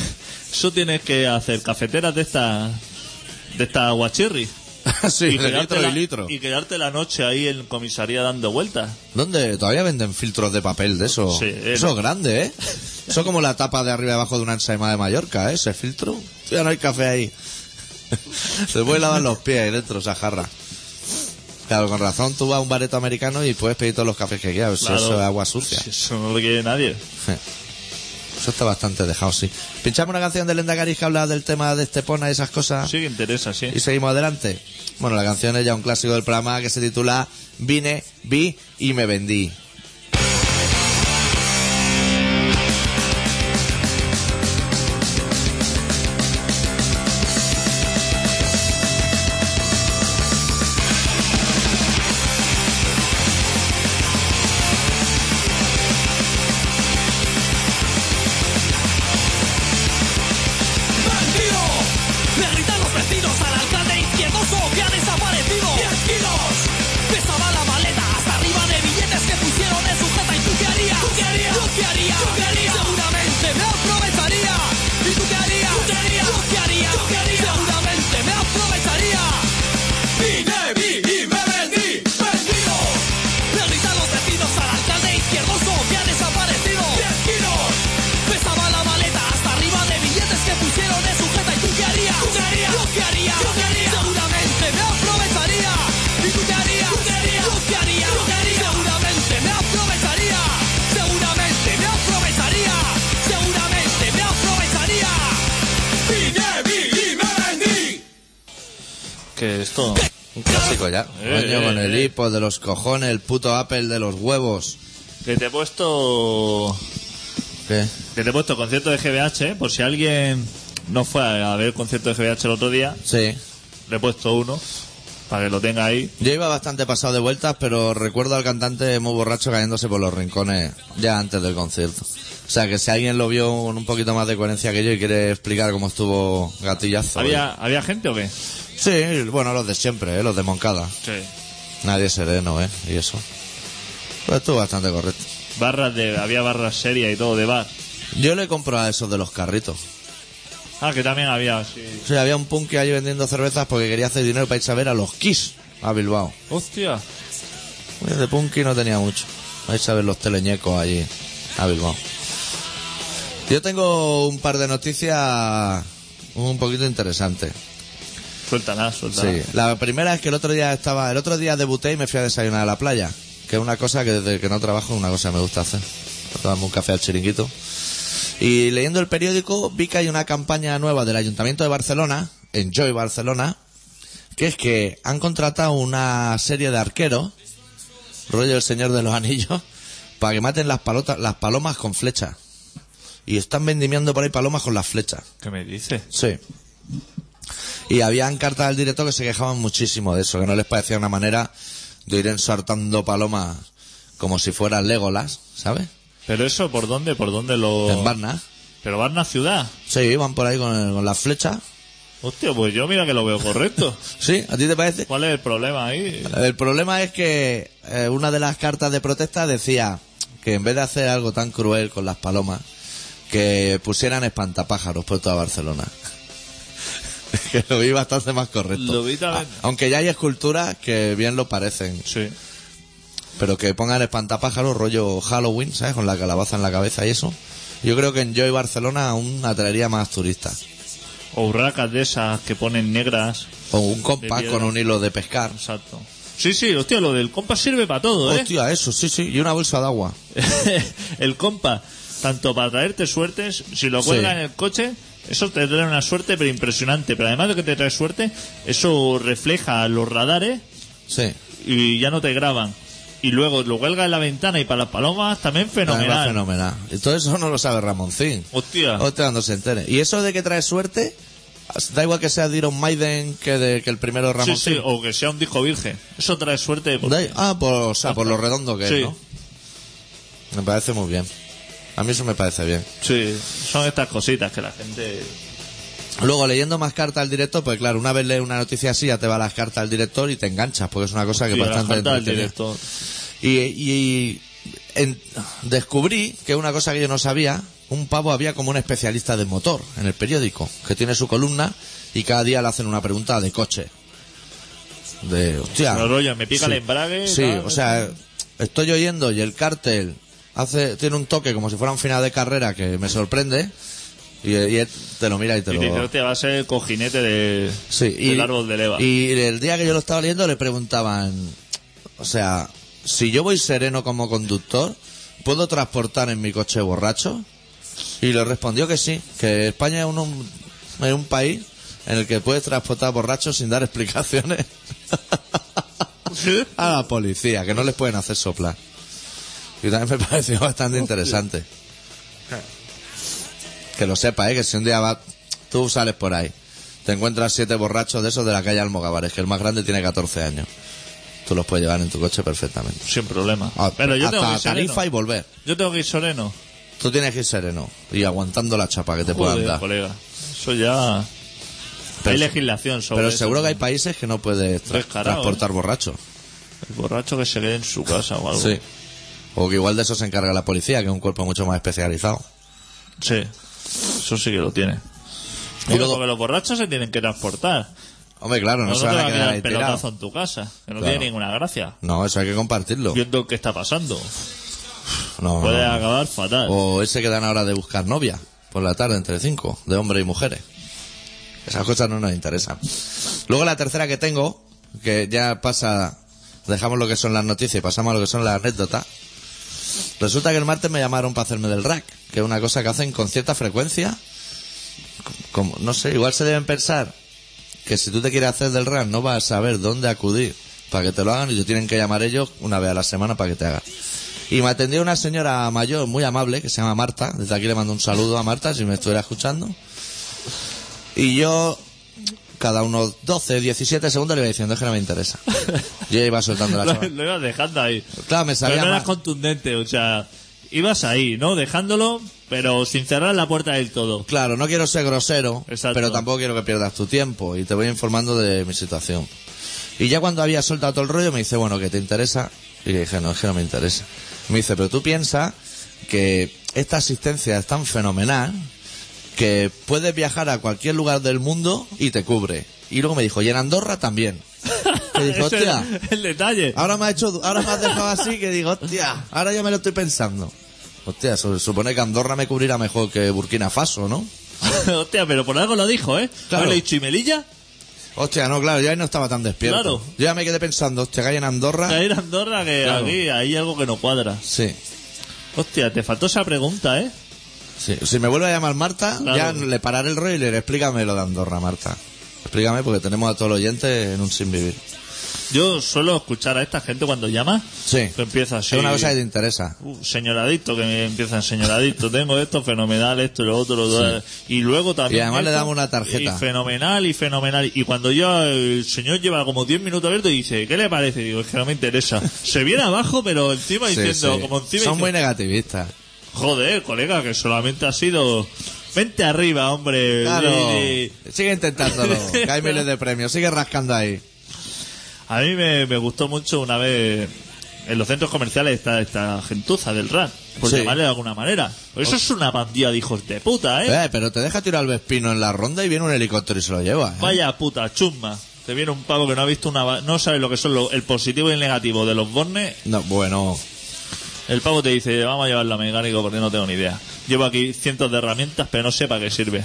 [SPEAKER 4] Eso tienes que hacer cafeteras de estas... De estas guachirri.
[SPEAKER 3] sí, de litro
[SPEAKER 4] la,
[SPEAKER 3] y litro.
[SPEAKER 4] y quedarte la noche ahí en comisaría dando vueltas.
[SPEAKER 3] ¿Dónde? Todavía venden filtros de papel de eso.
[SPEAKER 4] Sí, eh,
[SPEAKER 3] eso
[SPEAKER 4] no.
[SPEAKER 3] es grande, ¿eh? Eso como la tapa de arriba y abajo de una ensaimada de Mallorca, ¿eh? Ese filtro. Ya no hay café ahí. [LAUGHS] Se puede lavar los pies ahí dentro, esa jarra. Claro, con razón tú vas a un bareto americano y puedes pedir todos los cafés que quieras. Eso-
[SPEAKER 4] Claro.
[SPEAKER 3] Eso es agua sucia.
[SPEAKER 4] Si Eso no lo quiere nadie.
[SPEAKER 3] Eso está bastante dejado, sí. Pinchamos una canción de Lenda Caris que habla del tema de Estepona y esas cosas.
[SPEAKER 4] Sí que interesa, sí.
[SPEAKER 3] Ah. Y seguimos adelante. Bueno, la canción es ya un clásico del programa que se titula Vine, vi y me vendí.
[SPEAKER 1] ¡Bandido! Le gritan los vecinos al alcalde izquierdoso que ha desaparecido. ¡Diez kilos! Pesaba la maleta hasta arriba de billetes que pusieron en su jeta. ¿Y tú qué harías? ¿Tú qué harías? ¿Tú qué harías? ¿Tú qué harías? Seguramente me aprovecharía. ¿Y tú qué harías? ¿Tú qué harías? ¿Tú qué harías? ¿Tú qué harías? Seguramente me aprovecharía. Vine, vi y me vendí. ¡Vendido! Le gritan los vecinos al alcalde izquierdoso que ha desaparecido. ¡Diez kilos! Pesaba la maleta hasta arriba de billetes que pusieron de sujeta y tú qué harías, tú qué harías, yo qué haría, yo qué haría, seguramente me aprovecharía. ¿Y tú qué harías? ¿Tú qué harías? ¿Yo qué haría? ¿Yo qué haría? Seguramente me aprovecharía. Seguramente me aprovecharía. Seguramente me aprovecharía. Vine, vi y me vendí.
[SPEAKER 4] Que esto...
[SPEAKER 3] Un clásico ya.
[SPEAKER 4] Eh,
[SPEAKER 3] Coño, con
[SPEAKER 4] eh,
[SPEAKER 3] el
[SPEAKER 4] eh.
[SPEAKER 3] hipo de los cojones, el puto Apple de los huevos.
[SPEAKER 4] Que te he puesto...
[SPEAKER 3] ¿Qué?
[SPEAKER 4] Que te he puesto concierto de GBH, ¿eh? por si alguien no fue a ver el concierto de GBH el otro día,
[SPEAKER 3] Sí.
[SPEAKER 4] le he puesto uno para que lo tenga ahí.
[SPEAKER 3] Yo iba bastante pasado de vueltas, pero recuerdo al cantante muy borracho cayéndose por los rincones ya antes del concierto. O sea, que si alguien lo vio con un poquito más de coherencia que yo y quiere explicar cómo estuvo gatillazo.
[SPEAKER 4] ¿Había, ¿Había gente o qué?
[SPEAKER 3] Sí, bueno, los de siempre, ¿eh? los de Moncada.
[SPEAKER 4] Sí.
[SPEAKER 3] Nadie sereno, ¿eh? Y eso. Pero estuvo bastante correcto.
[SPEAKER 4] Barras de... Había barras serias y todo de bar.
[SPEAKER 3] Yo le compro a esos de los carritos.
[SPEAKER 4] Ah, que también había, sí.
[SPEAKER 3] O sea, había un punk que allí vendiendo cervezas porque quería hacer dinero para irse a ver a los Kiss a Bilbao.
[SPEAKER 4] Hostia.
[SPEAKER 3] Oye, De punky no tenía mucho. Vais a ver los teleñecos allí a Bilbao. Yo tengo un par de noticias un poquito interesantes.
[SPEAKER 4] Suéltala, suéltala.
[SPEAKER 3] Sí. La primera es que el otro día estaba, el otro día debuté y me fui a desayunar a la playa, que es una cosa que desde que no trabajo es una cosa que me gusta hacer. Tomarme un café al chiringuito. Y leyendo el periódico vi que hay una campaña nueva del Ayuntamiento de Barcelona, Enjoy Barcelona, que es que han contratado una serie de arqueros, rollo el Señor de los Anillos, para que maten las, palotas, las palomas con flechas. Y están vendimiando por ahí palomas con las flechas.
[SPEAKER 4] ¿Qué me dices?
[SPEAKER 3] Sí. Y habían cartas al directo que se quejaban muchísimo de eso, que no les parecía una manera de ir ensartando palomas como si fueran Legolas, ¿sabes?
[SPEAKER 4] ¿Pero eso por dónde? ¿Por dónde lo...?
[SPEAKER 3] En Varna.
[SPEAKER 4] ¿Pero Barna ciudad?
[SPEAKER 3] Sí, iban por ahí con, el- con las flechas.
[SPEAKER 4] Hostia, pues yo mira que lo veo
[SPEAKER 3] [LAUGHS]
[SPEAKER 4] correcto.
[SPEAKER 3] ¿Sí? ¿A ti te parece?
[SPEAKER 4] ¿Cuál es el problema ahí?
[SPEAKER 3] El problema es que eh, una de las cartas de protesta decía que en vez de hacer algo tan cruel con las palomas, que pusieran espantapájaros por toda Barcelona. [LAUGHS] que lo vi bastante más correcto.
[SPEAKER 4] Lo vi también.
[SPEAKER 3] A- aunque ya hay esculturas que bien lo parecen.
[SPEAKER 4] Sí.
[SPEAKER 3] Pero que pongan espantapájaros, rollo Halloween, ¿sabes? Con la calabaza en la cabeza y eso. Yo creo que en Joy Barcelona aún atraería más turistas.
[SPEAKER 4] O urracas de esas que ponen negras.
[SPEAKER 3] O un
[SPEAKER 4] De
[SPEAKER 3] compás
[SPEAKER 4] piedra.
[SPEAKER 3] con un hilo de pescar.
[SPEAKER 4] Exacto. Sí, sí, hostia, lo del compa sirve para todo, ¿eh?
[SPEAKER 3] Hostia, eso, sí, sí. Y una bolsa de agua.
[SPEAKER 4] [LAUGHS] el compa, tanto para traerte suertes, si lo cuelga
[SPEAKER 3] Sí.
[SPEAKER 4] en el coche, eso te trae una suerte pero impresionante. Pero además de que te trae suerte, eso refleja los radares
[SPEAKER 3] Sí.
[SPEAKER 4] y ya no te graban. Y luego lo cuelga en la ventana y para las palomas también
[SPEAKER 3] También va
[SPEAKER 4] fenomenal.
[SPEAKER 3] fenomenal. Y todo eso no lo sabe Ramoncín.
[SPEAKER 4] Hostia.
[SPEAKER 3] Otra cuando se entere. Y eso de que trae suerte, da igual que sea de Iron Maiden que, de, que el primero
[SPEAKER 4] Sí,
[SPEAKER 3] Ramoncín.
[SPEAKER 4] sí, o que sea un disco virgen. Eso trae suerte. porque-
[SPEAKER 3] Da i- ah, por, o sea, por lo redondo que
[SPEAKER 4] Sí.
[SPEAKER 3] es, ¿no? Me parece muy bien. A mí eso me parece bien.
[SPEAKER 4] Sí, son estas cositas que la gente...
[SPEAKER 3] Luego, leyendo más cartas al director, pues claro, una vez lees una noticia así, ya te va las cartas al director y te enganchas, porque es una cosa que
[SPEAKER 4] Sí, a la
[SPEAKER 3] bastante
[SPEAKER 4] falta del
[SPEAKER 3] entretenida.
[SPEAKER 4] director.
[SPEAKER 3] Y, y- en- descubrí que una cosa que yo no sabía, un pavo había como un especialista de motor en el periódico, que tiene su columna y cada día le hacen una pregunta de coche. De, hostia.
[SPEAKER 4] Pero, rollo, me pica
[SPEAKER 3] sí.
[SPEAKER 4] el embrague,
[SPEAKER 3] Sí,
[SPEAKER 4] tal.
[SPEAKER 3] o sea, estoy oyendo y el cártel hace, tiene un toque como si fuera un final de carrera que me sorprende y, y él te lo mira y te
[SPEAKER 4] Y
[SPEAKER 3] lo...
[SPEAKER 4] te dice, hostia, este va a ser el cojinete de,
[SPEAKER 3] Sí, y,
[SPEAKER 4] del árbol de leva.
[SPEAKER 3] y el día que yo lo estaba leyendo le preguntaban, o sea, si yo voy sereno como conductor, ¿puedo transportar en mi coche borracho? Y le respondió que sí, que España es un, un- es un país en el que puedes transportar borrachos sin dar explicaciones [LAUGHS] a la policía, que no les pueden hacer soplar. Y también me [LAUGHS] pareció bastante interesante. Que lo sepa, ¿eh? que si un día va, tú sales por ahí, te encuentras siete borrachos de esos de la calle Almogavares, que el más grande tiene 14 años. Tú los puedes llevar en tu coche perfectamente.
[SPEAKER 4] Sin problema.
[SPEAKER 3] Ah,
[SPEAKER 4] Pero yo
[SPEAKER 3] hasta
[SPEAKER 4] tengo que ir sereno.
[SPEAKER 3] Tarifa y volver.
[SPEAKER 4] Yo tengo que ir sereno.
[SPEAKER 3] Tú tienes que ir sereno y aguantando la chapa que te
[SPEAKER 4] Joder, pues
[SPEAKER 3] puedan dar.
[SPEAKER 4] colega. Eso ya... hay
[SPEAKER 3] Pero-
[SPEAKER 4] legislación sobre
[SPEAKER 3] Pero
[SPEAKER 4] eso. Pues
[SPEAKER 3] seguro que hay países que no puedes tra-
[SPEAKER 4] Descarado,
[SPEAKER 3] transportar borrachos.
[SPEAKER 4] El borracho que se quede en su casa o algo.
[SPEAKER 3] Sí. O que igual de eso se encarga la policía, que es un cuerpo mucho más especializado.
[SPEAKER 4] Sí. Eso sí que lo tiene.
[SPEAKER 3] Y
[SPEAKER 4] Bueno,
[SPEAKER 3] luego-
[SPEAKER 4] porque los borrachos se tienen que transportar.
[SPEAKER 3] Hombre, claro, no,
[SPEAKER 4] No,
[SPEAKER 3] se
[SPEAKER 4] no
[SPEAKER 3] van
[SPEAKER 4] te va
[SPEAKER 3] a
[SPEAKER 4] a
[SPEAKER 3] quedar
[SPEAKER 4] quedar
[SPEAKER 3] ahí
[SPEAKER 4] el pelotazo
[SPEAKER 3] tirados.
[SPEAKER 4] en tu casa. Que no
[SPEAKER 3] Claro.
[SPEAKER 4] tiene ninguna gracia.
[SPEAKER 3] No, eso hay que compartirlo.
[SPEAKER 4] Viendo qué está pasando.
[SPEAKER 3] No,
[SPEAKER 4] Puede
[SPEAKER 3] no.
[SPEAKER 4] acabar fatal.
[SPEAKER 3] O ese que dan ahora de buscar novia por la tarde entre cinco, de hombres y mujeres. Esas cosas no nos interesan. Luego la tercera que tengo, que ya pasa, dejamos lo que son las noticias y pasamos a lo que son las anécdotas. Resulta que el martes me llamaron para hacerme del rack, que es una cosa que hacen con cierta frecuencia. Como, no sé, igual se deben pensar que si tú te quieres hacer del rack no vas a saber dónde acudir para que te lo hagan y te tienen que llamar ellos una vez a la semana para que te hagan. Y me atendió una señora mayor muy amable que se llama Marta. Desde aquí le mando un saludo a Marta si me estuviera escuchando. Y yo, cada unos 12, 17 segundos le iba diciendo, es que no me
[SPEAKER 4] [LAUGHS]
[SPEAKER 3] interesa. Yo iba soltando la
[SPEAKER 4] [LAUGHS] lo,
[SPEAKER 3] chapa.
[SPEAKER 4] lo ibas dejando ahí.
[SPEAKER 3] Claro, me
[SPEAKER 4] Pero
[SPEAKER 3] sabía
[SPEAKER 4] no eras
[SPEAKER 3] más.
[SPEAKER 4] contundente, o sea, ibas ahí, ¿no? Dejándolo, pero sin cerrar la puerta del todo.
[SPEAKER 3] Claro, no quiero ser grosero,
[SPEAKER 4] Exacto.
[SPEAKER 3] pero tampoco quiero que pierdas tu tiempo y te voy informando de mi situación. Y ya cuando había soltado todo el rollo me dice, bueno, que te interesa. Y le dije, no, es que no me interesa. Me dice, pero tú piensas que esta asistencia es tan fenomenal que puedes viajar a cualquier lugar del mundo y te cubre. Y luego me dijo, y en Andorra
[SPEAKER 4] [LAUGHS]
[SPEAKER 3] también. Y dije,
[SPEAKER 4] Ese
[SPEAKER 3] hostia,
[SPEAKER 4] era
[SPEAKER 3] Ah.
[SPEAKER 4] el detalle.
[SPEAKER 3] ahora me, ha hecho, ahora me has dejado así que digo, hostia, ahora ya me lo estoy pensando. Hostia, se supone que Andorra me cubrirá mejor que Burkina Faso, ¿no?
[SPEAKER 4] [LAUGHS] Hostia, pero por algo lo dijo, ¿eh?
[SPEAKER 3] Claro.
[SPEAKER 4] Haberle dicho, ¿y Melilla?
[SPEAKER 3] Hostia, no, claro, yo ahí no estaba tan despierto.
[SPEAKER 4] Claro.
[SPEAKER 3] Yo ya me quedé pensando, hostia, que hay en Andorra.
[SPEAKER 4] Caer a Andorra,
[SPEAKER 3] Ah.
[SPEAKER 4] que
[SPEAKER 3] Claro.
[SPEAKER 4] aquí hay algo que no cuadra.
[SPEAKER 3] Sí.
[SPEAKER 4] Hostia, te faltó esa pregunta, ¿eh?
[SPEAKER 3] sí. Si me vuelve a llamar Marta,
[SPEAKER 4] Claro.
[SPEAKER 3] ya le pararé el rollo y le diré, explícame lo de Andorra, Marta. Explícame porque tenemos a todo el oyente en un sin vivir.
[SPEAKER 4] Yo suelo escuchar a esta gente cuando llama.
[SPEAKER 3] Sí.
[SPEAKER 4] Que empieza así.
[SPEAKER 3] Es una cosa que te interesa.
[SPEAKER 4] Uh, señoradicto, que me empiezan señoradicto. Tengo esto, fenomenal, esto y lo otro. lo- Y luego también.
[SPEAKER 3] Y además le
[SPEAKER 4] esto,
[SPEAKER 3] damos una tarjeta.
[SPEAKER 4] Y fenomenal, y fenomenal. Y cuando yo, el señor lleva como 10 minutos abierto y dice, ¿qué le parece? Digo, es que no me interesa. Se viene abajo, pero encima
[SPEAKER 3] Sí,
[SPEAKER 4] diciendo,
[SPEAKER 3] sí.
[SPEAKER 4] como encima.
[SPEAKER 3] Son
[SPEAKER 4] dice,
[SPEAKER 3] muy negativistas.
[SPEAKER 4] Joder, colega, que solamente ha sido. Vente arriba, hombre.
[SPEAKER 3] Claro.
[SPEAKER 4] Y-
[SPEAKER 3] Sigue intentándolo.
[SPEAKER 4] [LAUGHS]
[SPEAKER 3] que hay miles de premios. Sigue rascando ahí.
[SPEAKER 4] A mí me, me gustó mucho una vez. En los centros comerciales está esta gentuza del rap, por
[SPEAKER 3] Sí.
[SPEAKER 4] llamarle de alguna manera. Pues Eso es una pandilla de hijos de puta, ¿eh?
[SPEAKER 3] Eh, pero te deja tirar al Vespino en la ronda y viene un helicóptero y se lo lleva. ¿eh?
[SPEAKER 4] Vaya puta chusma. Te viene un pavo que no ha visto una. ba- No sabe lo que son lo- el positivo y el negativo de los bornes.
[SPEAKER 3] No, bueno.
[SPEAKER 4] El pavo te dice, vamos a llevarlo a mecánico porque no tengo ni idea. Llevo aquí cientos de herramientas, pero no sé para qué sirve.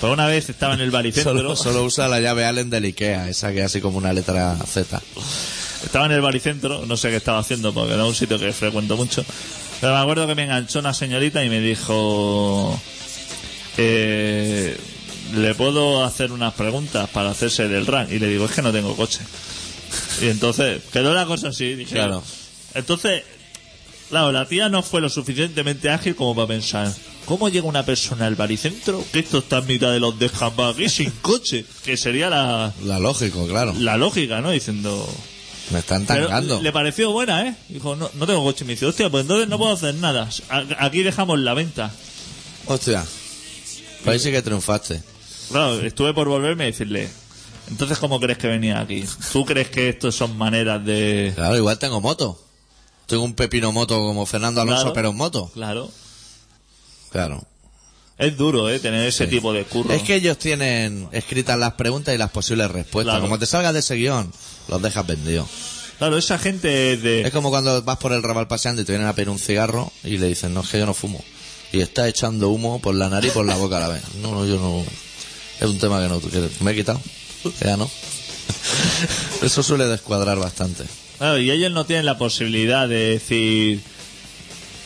[SPEAKER 4] Pues una
[SPEAKER 3] [LAUGHS]
[SPEAKER 4] vez estaba en el baricentro.
[SPEAKER 3] Solo, solo usa la llave Allen del Ikea, esa que es así como una letra Z.
[SPEAKER 4] Estaba en el baricentro, no sé qué estaba haciendo porque era un sitio que frecuento mucho. Pero me acuerdo que me enganchó una señorita y me dijo... eh, ¿Le puedo hacer unas preguntas para hacerse del rank? Y le digo, es que no tengo coche. Y entonces quedó la cosa así. Dije,
[SPEAKER 3] Claro.
[SPEAKER 4] Entonces, claro, la tía no fue lo suficientemente ágil como para pensar. ¿Cómo llega una persona al baricentro? Que esto está en mitad de los descampados aquí sin coche. Que sería la,
[SPEAKER 3] La lógico, claro.
[SPEAKER 4] la lógica, ¿no? Diciendo.
[SPEAKER 3] Me están
[SPEAKER 4] pero
[SPEAKER 3] tangando.
[SPEAKER 4] le pareció buena, ¿eh? Dijo, no, no tengo coche. Y me dice, hostia, pues entonces no puedo hacer nada. A- Aquí dejamos la venta.
[SPEAKER 3] Hostia. Pues ahí sí que triunfaste.
[SPEAKER 4] Claro, estuve por volverme y decirle, entonces, ¿cómo crees que venía aquí? ¿Tú crees que esto son maneras de...?
[SPEAKER 3] Claro, igual tengo moto. Tengo un pepino moto como Fernando Alonso,
[SPEAKER 4] Claro.
[SPEAKER 3] pero en moto.
[SPEAKER 4] Claro.
[SPEAKER 3] Claro.
[SPEAKER 4] Es duro, ¿eh? Tener ese tipo de curro.
[SPEAKER 3] Es que ellos tienen escritas las preguntas y las posibles respuestas.
[SPEAKER 4] Claro.
[SPEAKER 3] Como te salgas de ese guión, los dejas vendidos.
[SPEAKER 4] Claro, esa gente es de...
[SPEAKER 3] Es como cuando vas por el rabal paseando y te vienen a pedir un cigarro y le dicen, no, es que yo no fumo. Y está echando humo por la nariz y por la boca a la vez. No, no, yo no. Es un tema que no. que me he quitado. Ya no. [LAUGHS] Eso suele descuadrar bastante.
[SPEAKER 4] Claro, y ellos no tienen la posibilidad de decir,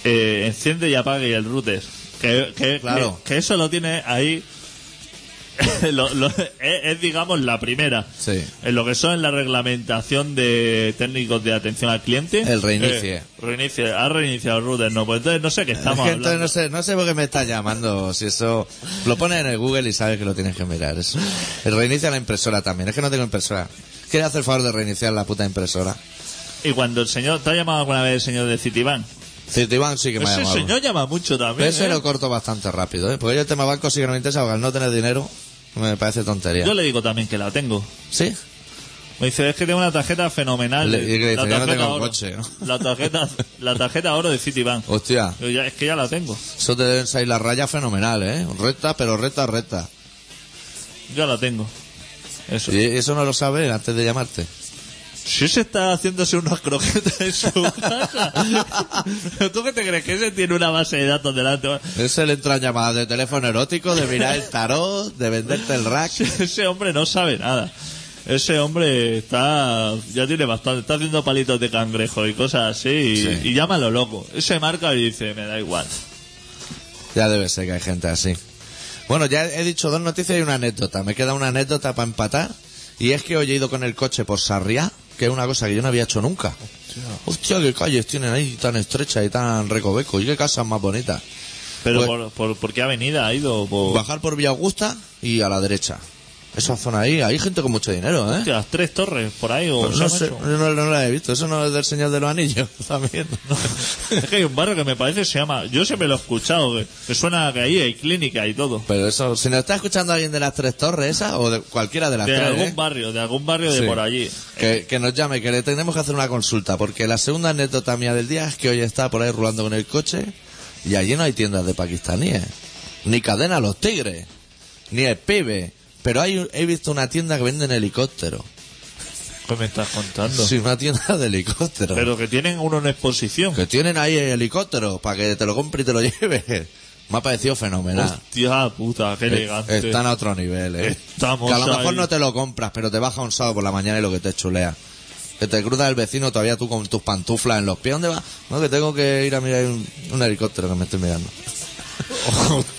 [SPEAKER 4] eh, enciende y apague el router. Que, que-
[SPEAKER 3] Claro.
[SPEAKER 4] que, que eso lo tiene ahí... [LAUGHS] lo- lo- es, es, digamos, la primera.
[SPEAKER 3] Sí.
[SPEAKER 4] En lo que son en la reglamentación de técnicos de atención al cliente.
[SPEAKER 3] El reinicie.
[SPEAKER 4] Eh, reinicie. Ha reiniciado el router. No, pues entonces no sé qué estamos
[SPEAKER 3] es que
[SPEAKER 4] hablando.
[SPEAKER 3] entonces no sé, no sé por qué me estás llamando. Si eso lo pones en el Google y sabes que lo tienes que mirar. Eso. Reinicia la impresora también. Es que no tengo impresora. ¿Quieres hacer el favor de reiniciar la puta impresora?
[SPEAKER 4] Y cuando el señor... ¿Te ha llamado alguna vez el señor de Citibank?
[SPEAKER 3] Citibank sí que me ha
[SPEAKER 4] Ese
[SPEAKER 3] llamado.
[SPEAKER 4] señor llama mucho también.
[SPEAKER 3] Pero ese
[SPEAKER 4] ¿eh?
[SPEAKER 3] lo corto bastante rápido, ¿eh? Porque yo el tema banco sí que no me interesa, porque al no tener dinero me parece tontería.
[SPEAKER 4] Yo le digo también que la tengo.
[SPEAKER 3] ¿Sí?
[SPEAKER 4] Me dice, es que tengo una tarjeta fenomenal.
[SPEAKER 3] Le- y le
[SPEAKER 4] la
[SPEAKER 3] dice, "Yo no
[SPEAKER 4] tarjeta
[SPEAKER 3] tengo
[SPEAKER 4] oro.
[SPEAKER 3] coche, ¿no?
[SPEAKER 4] [LAUGHS] La tarjeta, la tarjeta oro de Citibank.
[SPEAKER 3] Hostia,
[SPEAKER 4] Yo ya- es que ya la tengo.
[SPEAKER 3] eso te deben salir las rayas fenomenal, ¿eh? Recta, pero recta, recta.
[SPEAKER 4] Ya la tengo. Eso.
[SPEAKER 3] Y eso no lo sabes antes de llamarte.
[SPEAKER 4] Si se está haciéndose unos croquetas
[SPEAKER 3] [LAUGHS]
[SPEAKER 4] en su casa. ¿Pero [LAUGHS] ¿Tú qué te crees? Que ese tiene una base de datos delante.
[SPEAKER 3] Ese le entran llamadas de teléfono erótico, de mirar el tarot, de venderte el rack.
[SPEAKER 4] Ese hombre no sabe nada. Ese hombre está. Ya tiene bastante. Está haciendo palitos de cangrejo y cosas así. Y,
[SPEAKER 3] Sí.
[SPEAKER 4] y llama a lo loco. Ese marca y dice, me da igual.
[SPEAKER 3] Ya debe ser que hay gente así. Bueno, ya he dicho dos noticias y una anécdota. Me queda una anécdota para empatar. Y es que hoy he ido con el coche por Sarriá, que es una cosa que yo no había hecho nunca. Hostia, qué calles tienen ahí tan estrechas y tan recoveco. Y qué casas más bonitas.
[SPEAKER 4] Pero
[SPEAKER 3] Pues-
[SPEAKER 4] por, por, ¿por qué avenida ha ido? Por...
[SPEAKER 3] Bajar por Villa Augusta y a la derecha. Esa zona ahí, hay gente con mucho dinero, ¿eh?
[SPEAKER 4] Hostia, las tres torres por ahí o
[SPEAKER 3] No,
[SPEAKER 4] se llama
[SPEAKER 3] sé,
[SPEAKER 4] eso?
[SPEAKER 3] yo no, no la he visto. Eso no es del Señor de los Anillos, [LAUGHS] también. ¿no?
[SPEAKER 4] es que hay un barrio que me parece se llama yo siempre lo he escuchado que, que suena que ahí hay clínica y todo
[SPEAKER 3] Pero eso, si nos está escuchando alguien de las tres torres esas, o de cualquiera de las
[SPEAKER 4] de
[SPEAKER 3] tres,
[SPEAKER 4] algún
[SPEAKER 3] ¿eh?
[SPEAKER 4] barrio de algún barrio
[SPEAKER 3] Sí.
[SPEAKER 4] de por allí
[SPEAKER 3] Que, que nos llame, que le tenemos que hacer una consulta, porque la segunda anécdota mía del día es que hoy está por ahí rulando con el coche y allí no hay tiendas de pakistaníes, ni cadena a los tigres, ni el pibe, pero hay, un- he visto una tienda que venden helicópteros.
[SPEAKER 4] ¿qué me estás contando?
[SPEAKER 3] Sí, una tienda de helicópteros.
[SPEAKER 4] pero que tienen uno en exposición
[SPEAKER 3] Que tienen ahí helicópteros para que te lo compre y te lo lleves. [LAUGHS] Me ha parecido fenomenal.
[SPEAKER 4] hostia puta qué elegante
[SPEAKER 3] Eh, Están a otro nivel, ¿eh?
[SPEAKER 4] Estamos
[SPEAKER 3] que a lo mejor
[SPEAKER 4] ahí.
[SPEAKER 3] no te lo compras, pero te baja un sábado por la mañana y lo que te chulea. Que te cruza el vecino todavía tú con tus pantuflas en los pies. ¿Dónde vas? No, que tengo que ir a mirar un, un helicóptero que me estoy
[SPEAKER 4] [LAUGHS]
[SPEAKER 3] mirando.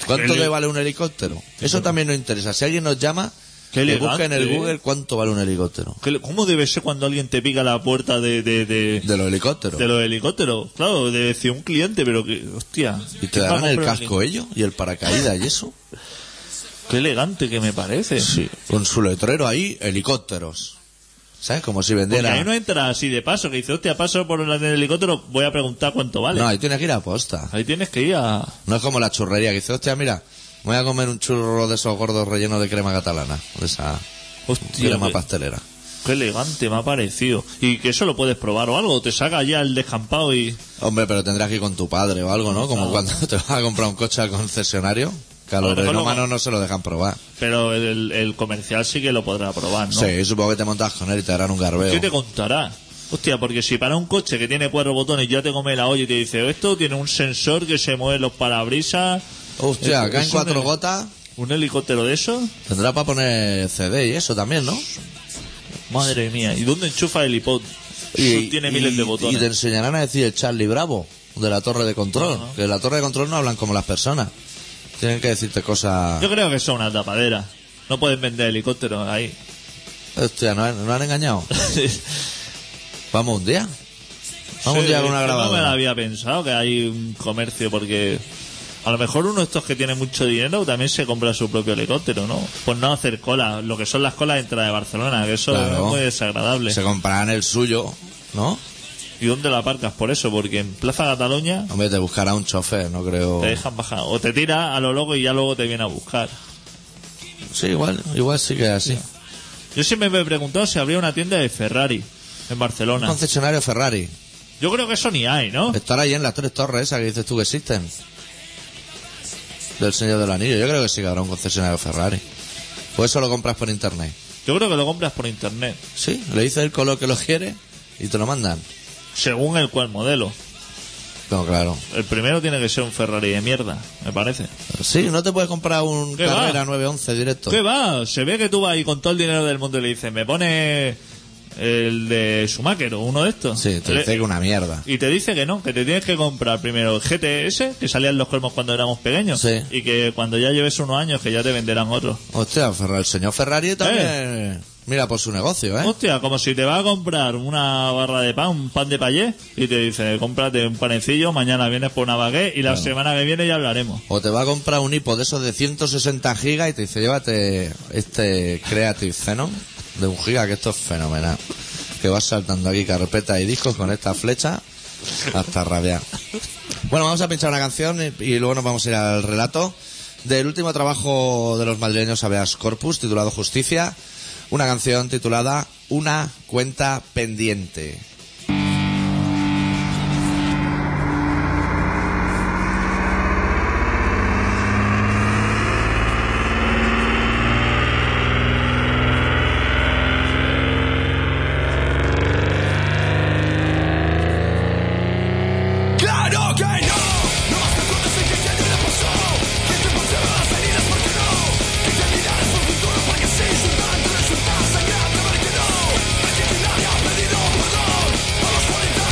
[SPEAKER 3] ¿Cuánto
[SPEAKER 4] Qué
[SPEAKER 3] le
[SPEAKER 4] le-
[SPEAKER 3] vale un helicóptero? Eso también nos interesa. Si alguien nos llama,
[SPEAKER 4] Qué
[SPEAKER 3] que busque en
[SPEAKER 4] elegante,
[SPEAKER 3] el
[SPEAKER 4] ¿eh?
[SPEAKER 3] Google cuánto vale un helicóptero.
[SPEAKER 4] ¿Qué le- ¿cómo debe ser cuando alguien te pica la puerta de, de, de-
[SPEAKER 3] De los helicópteros.
[SPEAKER 4] de los helicópteros claro de decir un cliente pero que hostia
[SPEAKER 3] Y
[SPEAKER 4] ¿qué
[SPEAKER 3] te darán
[SPEAKER 4] pago
[SPEAKER 3] el
[SPEAKER 4] por
[SPEAKER 3] casco ellos y el paracaídas y eso.
[SPEAKER 4] heli- qué elegante que me parece sí
[SPEAKER 3] Con su letrero ahí, helicópteros. ¿Sabes? Como si
[SPEAKER 4] Porque
[SPEAKER 3] vendiera...
[SPEAKER 4] ahí no entra así de paso, que dice, hostia, paso por el helicóptero, voy a preguntar cuánto vale.
[SPEAKER 3] No, ahí tienes que ir a posta.
[SPEAKER 4] Ahí tienes que ir a...
[SPEAKER 3] No es como la churrería que dice, hostia, mira, me voy a comer un churro de esos gordos rellenos de crema catalana, de esa
[SPEAKER 4] Hostia,
[SPEAKER 3] crema
[SPEAKER 4] qué,
[SPEAKER 3] pastelera.
[SPEAKER 4] qué elegante me ha parecido. Y que eso lo puedes probar o algo, te saca ya el descampado y...
[SPEAKER 3] Hombre, pero tendrás que ir con tu padre o algo, ¿no? Como cuando [LAUGHS] te vas a comprar un coche al concesionario, que a
[SPEAKER 4] A
[SPEAKER 3] los
[SPEAKER 4] lo mejor lo-
[SPEAKER 3] renómanos no se lo dejan probar.
[SPEAKER 4] Pero el, el comercial sí que lo podrá probar, ¿no?
[SPEAKER 3] Sí, supongo que te montas con él y te harán un
[SPEAKER 4] ¿Qué
[SPEAKER 3] garbeo.
[SPEAKER 4] te contará? Hostia, porque si para un coche que tiene cuatro botones ya te come la olla y te dice, esto tiene un sensor que se mueve los parabrisas...
[SPEAKER 3] Hostia,
[SPEAKER 4] Es-
[SPEAKER 3] acá en
[SPEAKER 4] es
[SPEAKER 3] cuatro
[SPEAKER 4] un,
[SPEAKER 3] gotas
[SPEAKER 4] ¿Un helicóptero de eso?
[SPEAKER 3] tendrá para poner CD y eso también, ¿no?
[SPEAKER 4] Madre mía, ¿y dónde enchufa el iPod? Tiene miles de botones.
[SPEAKER 3] Y te enseñarán a decir el Charlie Bravo de la torre de control. Que en la torre de control no hablan como las personas. Tienen que decirte cosas.
[SPEAKER 4] Yo creo que son una tapadera. No pueden vender
[SPEAKER 3] [LAUGHS]
[SPEAKER 4] helicópteros ahí.
[SPEAKER 3] Hostia, ¿no, han- no han engañado. Vamos un día. Vamos un
[SPEAKER 4] Sí,
[SPEAKER 3] día con una
[SPEAKER 4] yo No me lo
[SPEAKER 3] grabadora.
[SPEAKER 4] había pensado que hay un comercio porque a lo mejor uno de estos que tiene mucho dinero también se compra su propio helicóptero, ¿no? Pues no hacer cola, lo que son las colas de entrada de Barcelona, que eso
[SPEAKER 3] Claro.
[SPEAKER 4] es muy desagradable.
[SPEAKER 3] Se comprarán el suyo, ¿no?
[SPEAKER 4] ¿Y dónde lo aparcas por eso? Porque en Plaza Cataluña
[SPEAKER 3] Hombre, te buscará un chofer, no creo.
[SPEAKER 4] te dejan bajar o te tira a lo loco y ya luego te viene a buscar.
[SPEAKER 3] Sí, igual, igual sí que es así.
[SPEAKER 4] Yo siempre me he preguntado si habría una tienda de Ferrari en Barcelona.
[SPEAKER 3] Concesionario Ferrari.
[SPEAKER 4] Yo creo que eso ni hay, ¿no?
[SPEAKER 3] Estará ahí en las tres torres esas que dices tú que existen. Del señor del anillo. Yo creo que sí que habrá un concesionario Ferrari. Pues eso lo compras por internet.
[SPEAKER 4] Yo creo que lo compras por internet,
[SPEAKER 3] Sí, le dices el color que lo quieres y te lo mandan.
[SPEAKER 4] según el cual modelo.
[SPEAKER 3] No, claro.
[SPEAKER 4] El primero tiene que ser un Ferrari de mierda, me parece.
[SPEAKER 3] Sí, no te puedes comprar un
[SPEAKER 4] ¿Qué
[SPEAKER 3] Carrera
[SPEAKER 4] va?
[SPEAKER 3] 911 directo.
[SPEAKER 4] ¿Qué va? Se ve que tú vas ahí con todo el dinero del mundo y le dices, me pone el de Schumacher o uno de estos.
[SPEAKER 3] Sí, te
[SPEAKER 4] Le-
[SPEAKER 3] dice que una mierda.
[SPEAKER 4] Y te dice que no, que te tienes que comprar primero el GTS, que salían los colmos cuando éramos pequeños,
[SPEAKER 3] Sí.
[SPEAKER 4] y que cuando ya lleves unos años que ya te venderán otro.
[SPEAKER 3] Hostia, Ferra- el señor Ferrari también mira por su negocio, ¿eh?
[SPEAKER 4] Hostia, como si te vas a comprar una barra de pan, un pan de payé, y te dice, cómprate un panecillo, mañana vienes por una baguette y la semana que viene ya hablaremos.
[SPEAKER 3] O te va a comprar un hipo de esos de 160 gigas y te dice, llévate este Creative Xenon de un giga, que esto es fenomenal. Que vas saltando aquí carpetas y discos con esta flecha hasta rabiar. Bueno, vamos a pinchar una canción y, y luego nos vamos a ir al relato del último trabajo de los madrileños Habeas Corpus, titulado Justicia. Una canción titulada Una cuenta pendiente.
[SPEAKER 2] ¡Claro que no! No más te acuerdas de que ya te pasó Que te pusieron las heridas porque no Que te miraras por futuro para que se insultaran Tu resulta sangrante porque no Aquí nadie ha pedido perdón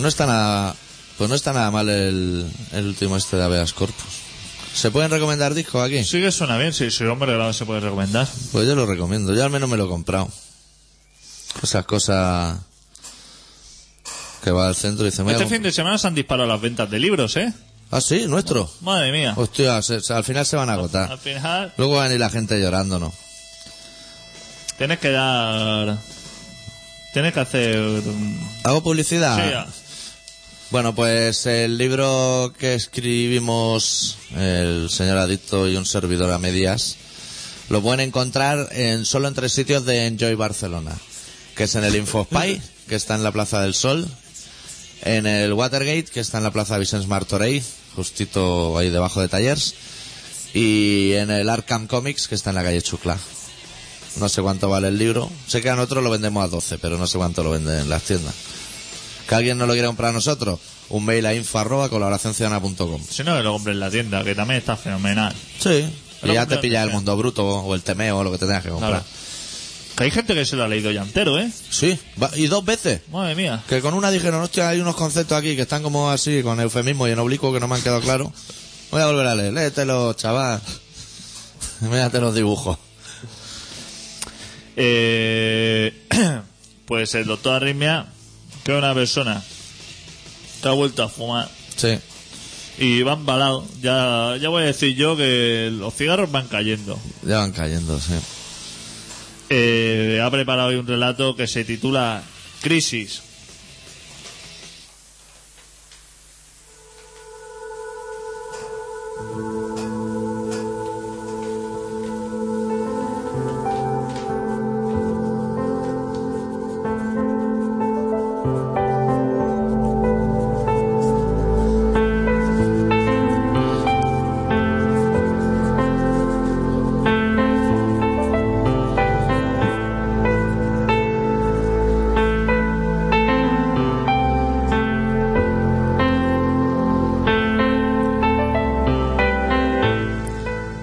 [SPEAKER 3] no está nada, pues no está nada mal el, el último este de Aveas Corpus. ¿Se pueden recomendar discos aquí?
[SPEAKER 4] Sí que suena bien, sí, sí, hombre, claro, se puede recomendar.
[SPEAKER 3] Pues yo lo recomiendo, yo al menos me lo he comprado. Esas cosas que va al centro y dice, me voy a
[SPEAKER 4] Este fin
[SPEAKER 3] comp-
[SPEAKER 4] de semana se han disparado las ventas de libros, ¿eh?
[SPEAKER 3] Ah, sí, nuestro.
[SPEAKER 4] Madre mía.
[SPEAKER 3] Hostia, se- se- al final se van a
[SPEAKER 4] Al
[SPEAKER 3] agotar.
[SPEAKER 4] final
[SPEAKER 3] Luego va a venir la gente llorándonos.
[SPEAKER 4] tienes que dar... Tienes que hacer... mm,
[SPEAKER 3] ¿Hago publicidad?
[SPEAKER 4] sí, ah, a-
[SPEAKER 3] Bueno, pues el libro que escribimos el señor adicto y un servidor a medias lo pueden encontrar en solo en tres sitios de Enjoy Barcelona, que es en el Infospy, que está en la Plaza del Sol, en el Watergate, que está en la Plaza Vicens Martorey, justito ahí debajo de Tallers, y en el Arkham Comics, que está en la calle Chucla. No sé cuánto vale el libro. Sé que a nosotros lo vendemos a 12, pero no sé cuánto lo venden en las tiendas. Que alguien no lo quiera comprar a nosotros, un mail a info arroba colaboracionciudadana.com.
[SPEAKER 4] si no, que lo compres en la tienda, que también está fenomenal.
[SPEAKER 3] Sí. Y
[SPEAKER 4] Lo
[SPEAKER 3] ya
[SPEAKER 4] compra-
[SPEAKER 3] te pilla el mundo bruto o el temeo o lo que te tengas que comprar.
[SPEAKER 4] Claro. Que hay gente que se lo ha leído ya entero, ¿eh?
[SPEAKER 3] Sí, va- y dos veces.
[SPEAKER 4] Madre mía.
[SPEAKER 3] Que con una dijeron, hostia, hay unos conceptos aquí que están como así, con eufemismo y en oblicuo que no me han quedado claros. Voy a volver a leer, léetelo, chaval. [LAUGHS] Mírate los dibujos.
[SPEAKER 4] Eh, [CLEARS THROAT] pues el doctor Arritmia, que es una persona que ha vuelto a fumar
[SPEAKER 3] Sí.
[SPEAKER 4] y va embalado. Ya, ya voy a decir yo que los cigarros van cayendo.
[SPEAKER 3] Ya van cayendo, sí.
[SPEAKER 4] Eh, ha preparado hoy un relato que se titula Crisis. [LAUGHS]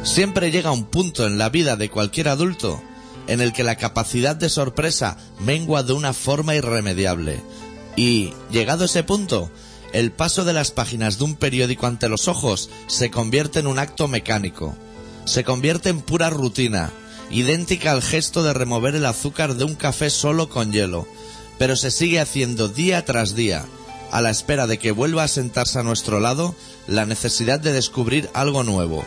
[SPEAKER 3] Siempre llega un punto en la vida de cualquier adulto en el que la capacidad de sorpresa mengua de una forma irremediable. Y, llegado ese punto, el paso de las páginas de un periódico ante los ojos se convierte en un acto mecánico. Se convierte en pura rutina, idéntica al gesto de remover el azúcar de un café solo con hielo. Pero se sigue haciendo día tras día, a la espera de que vuelva a sentarse a nuestro lado la necesidad de descubrir algo nuevo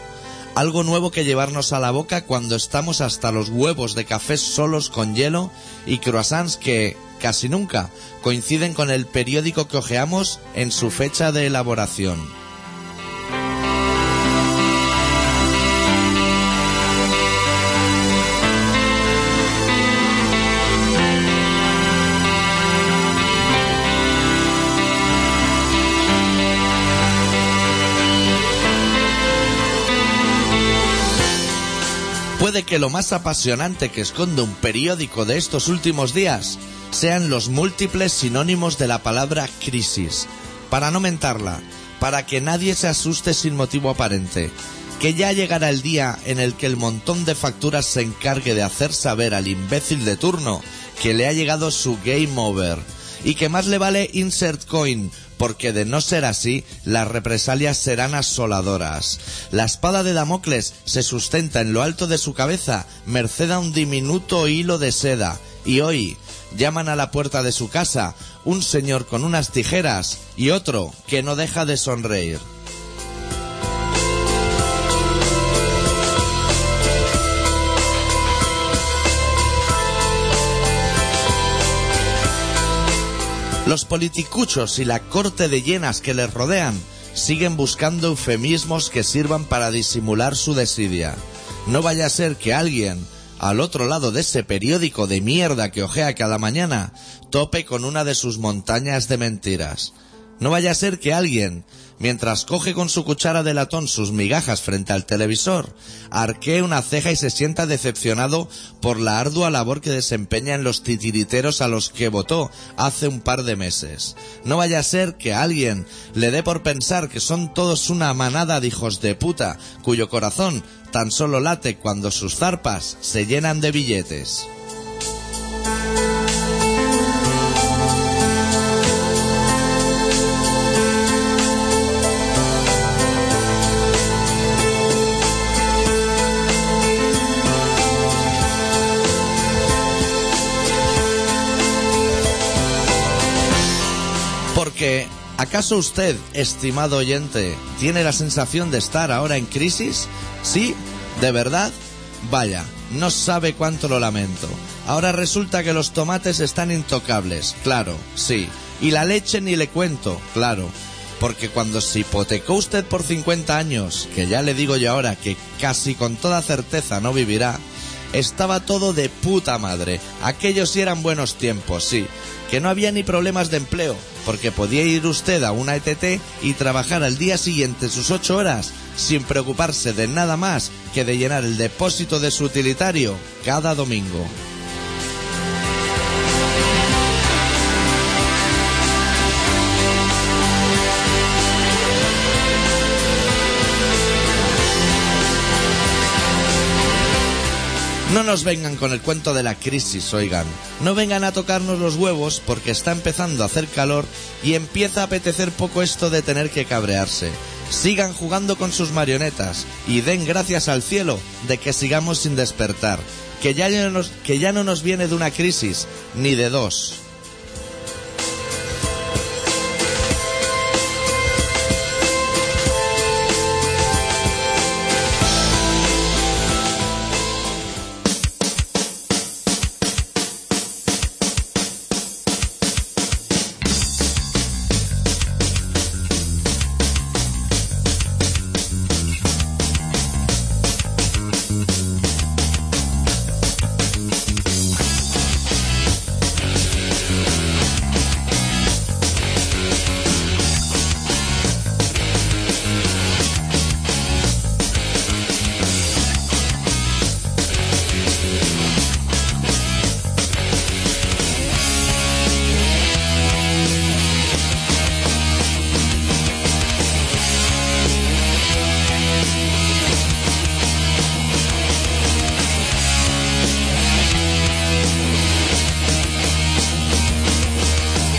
[SPEAKER 3] algo nuevo que llevarnos a la boca cuando estamos hasta los huevos de cafés solos con hielo y croissants que, casi nunca, coinciden con el periódico que ojeamos en su fecha de elaboración. Puede que lo más apasionante que esconde un periódico de estos últimos días sean los múltiples sinónimos de la palabra crisis, para no mentarla, para que nadie se asuste sin motivo aparente, que ya llegará el día en el que el montón de facturas se encargue de hacer saber al imbécil de turno que le ha llegado su game over y que más le vale insert coin, porque de no ser así, las represalias serán asoladoras. La espada de Damocles se sustenta en lo alto de su cabeza, merced a un diminuto hilo de seda, y hoy llaman a la puerta de su casa un señor con unas tijeras y otro que no deja de sonreír. Los politicuchos y la corte de llenas que les rodean siguen buscando eufemismos que sirvan para disimular su desidia. No vaya a ser que alguien, al otro lado de ese periódico de mierda que ojea cada mañana, tope con una de sus montañas de mentiras. No vaya a ser que alguien, mientras coge con su cuchara de latón sus migajas frente al televisor, arquee una ceja y se sienta decepcionado por la ardua labor que desempeñan los titiriteros a los que votó hace un par de meses. No vaya a ser que alguien le dé por pensar que son todos una manada de hijos de puta, cuyo corazón tan solo late cuando sus zarpas se llenan de billetes. Porque, ¿acaso usted, estimado oyente, tiene la sensación de estar ahora en crisis? Sí, de verdad. Vaya, no sabe cuánto lo lamento. Ahora resulta que los tomates están intocables, claro, sí. Y la leche ni le cuento, claro. Porque cuando se hipotecó usted por 50 años, que ya le digo yo ahora que casi con toda certeza no vivirá, estaba todo de puta madre. Aquellos sí eran buenos tiempos, sí. Que no había ni problemas de empleo, porque podía ir usted a una ETT y trabajar al día siguiente sus ocho horas, sin preocuparse de nada más que de llenar el depósito de su utilitario cada domingo. No nos vengan con el cuento de la crisis, oigan. No vengan a tocarnos los huevos porque está empezando a hacer calor y empieza a apetecer poco esto de tener que cabrearse. Sigan jugando con sus marionetas y den gracias al cielo de que sigamos sin despertar, que ya no nos, que ya no nos viene de una crisis, ni de dos.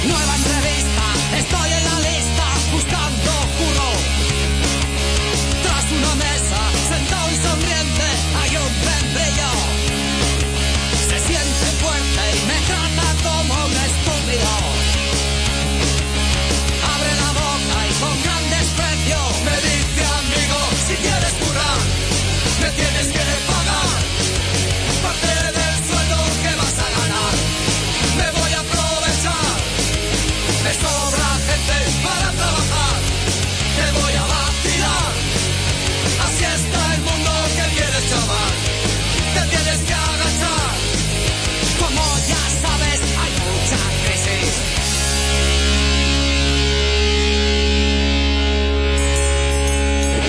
[SPEAKER 1] Nueva entrevista, estoy en la lista buscando curro. Tras una mesa, sentado y sonriente, hay un vendrillo. Se siente fuerte y me trata como un estúpido. Abre la boca y con gran desprecio me dice amigo, si quieres currar, me tienes que pagar. Parte del sueldo que vas a ganar, me voy a aprovechar. Me sobra gente para trabajar. Te voy a vacilar. Así está el mundo que quieres chaval. Te tienes que agachar. Como ya sabes, hay mucha crisis.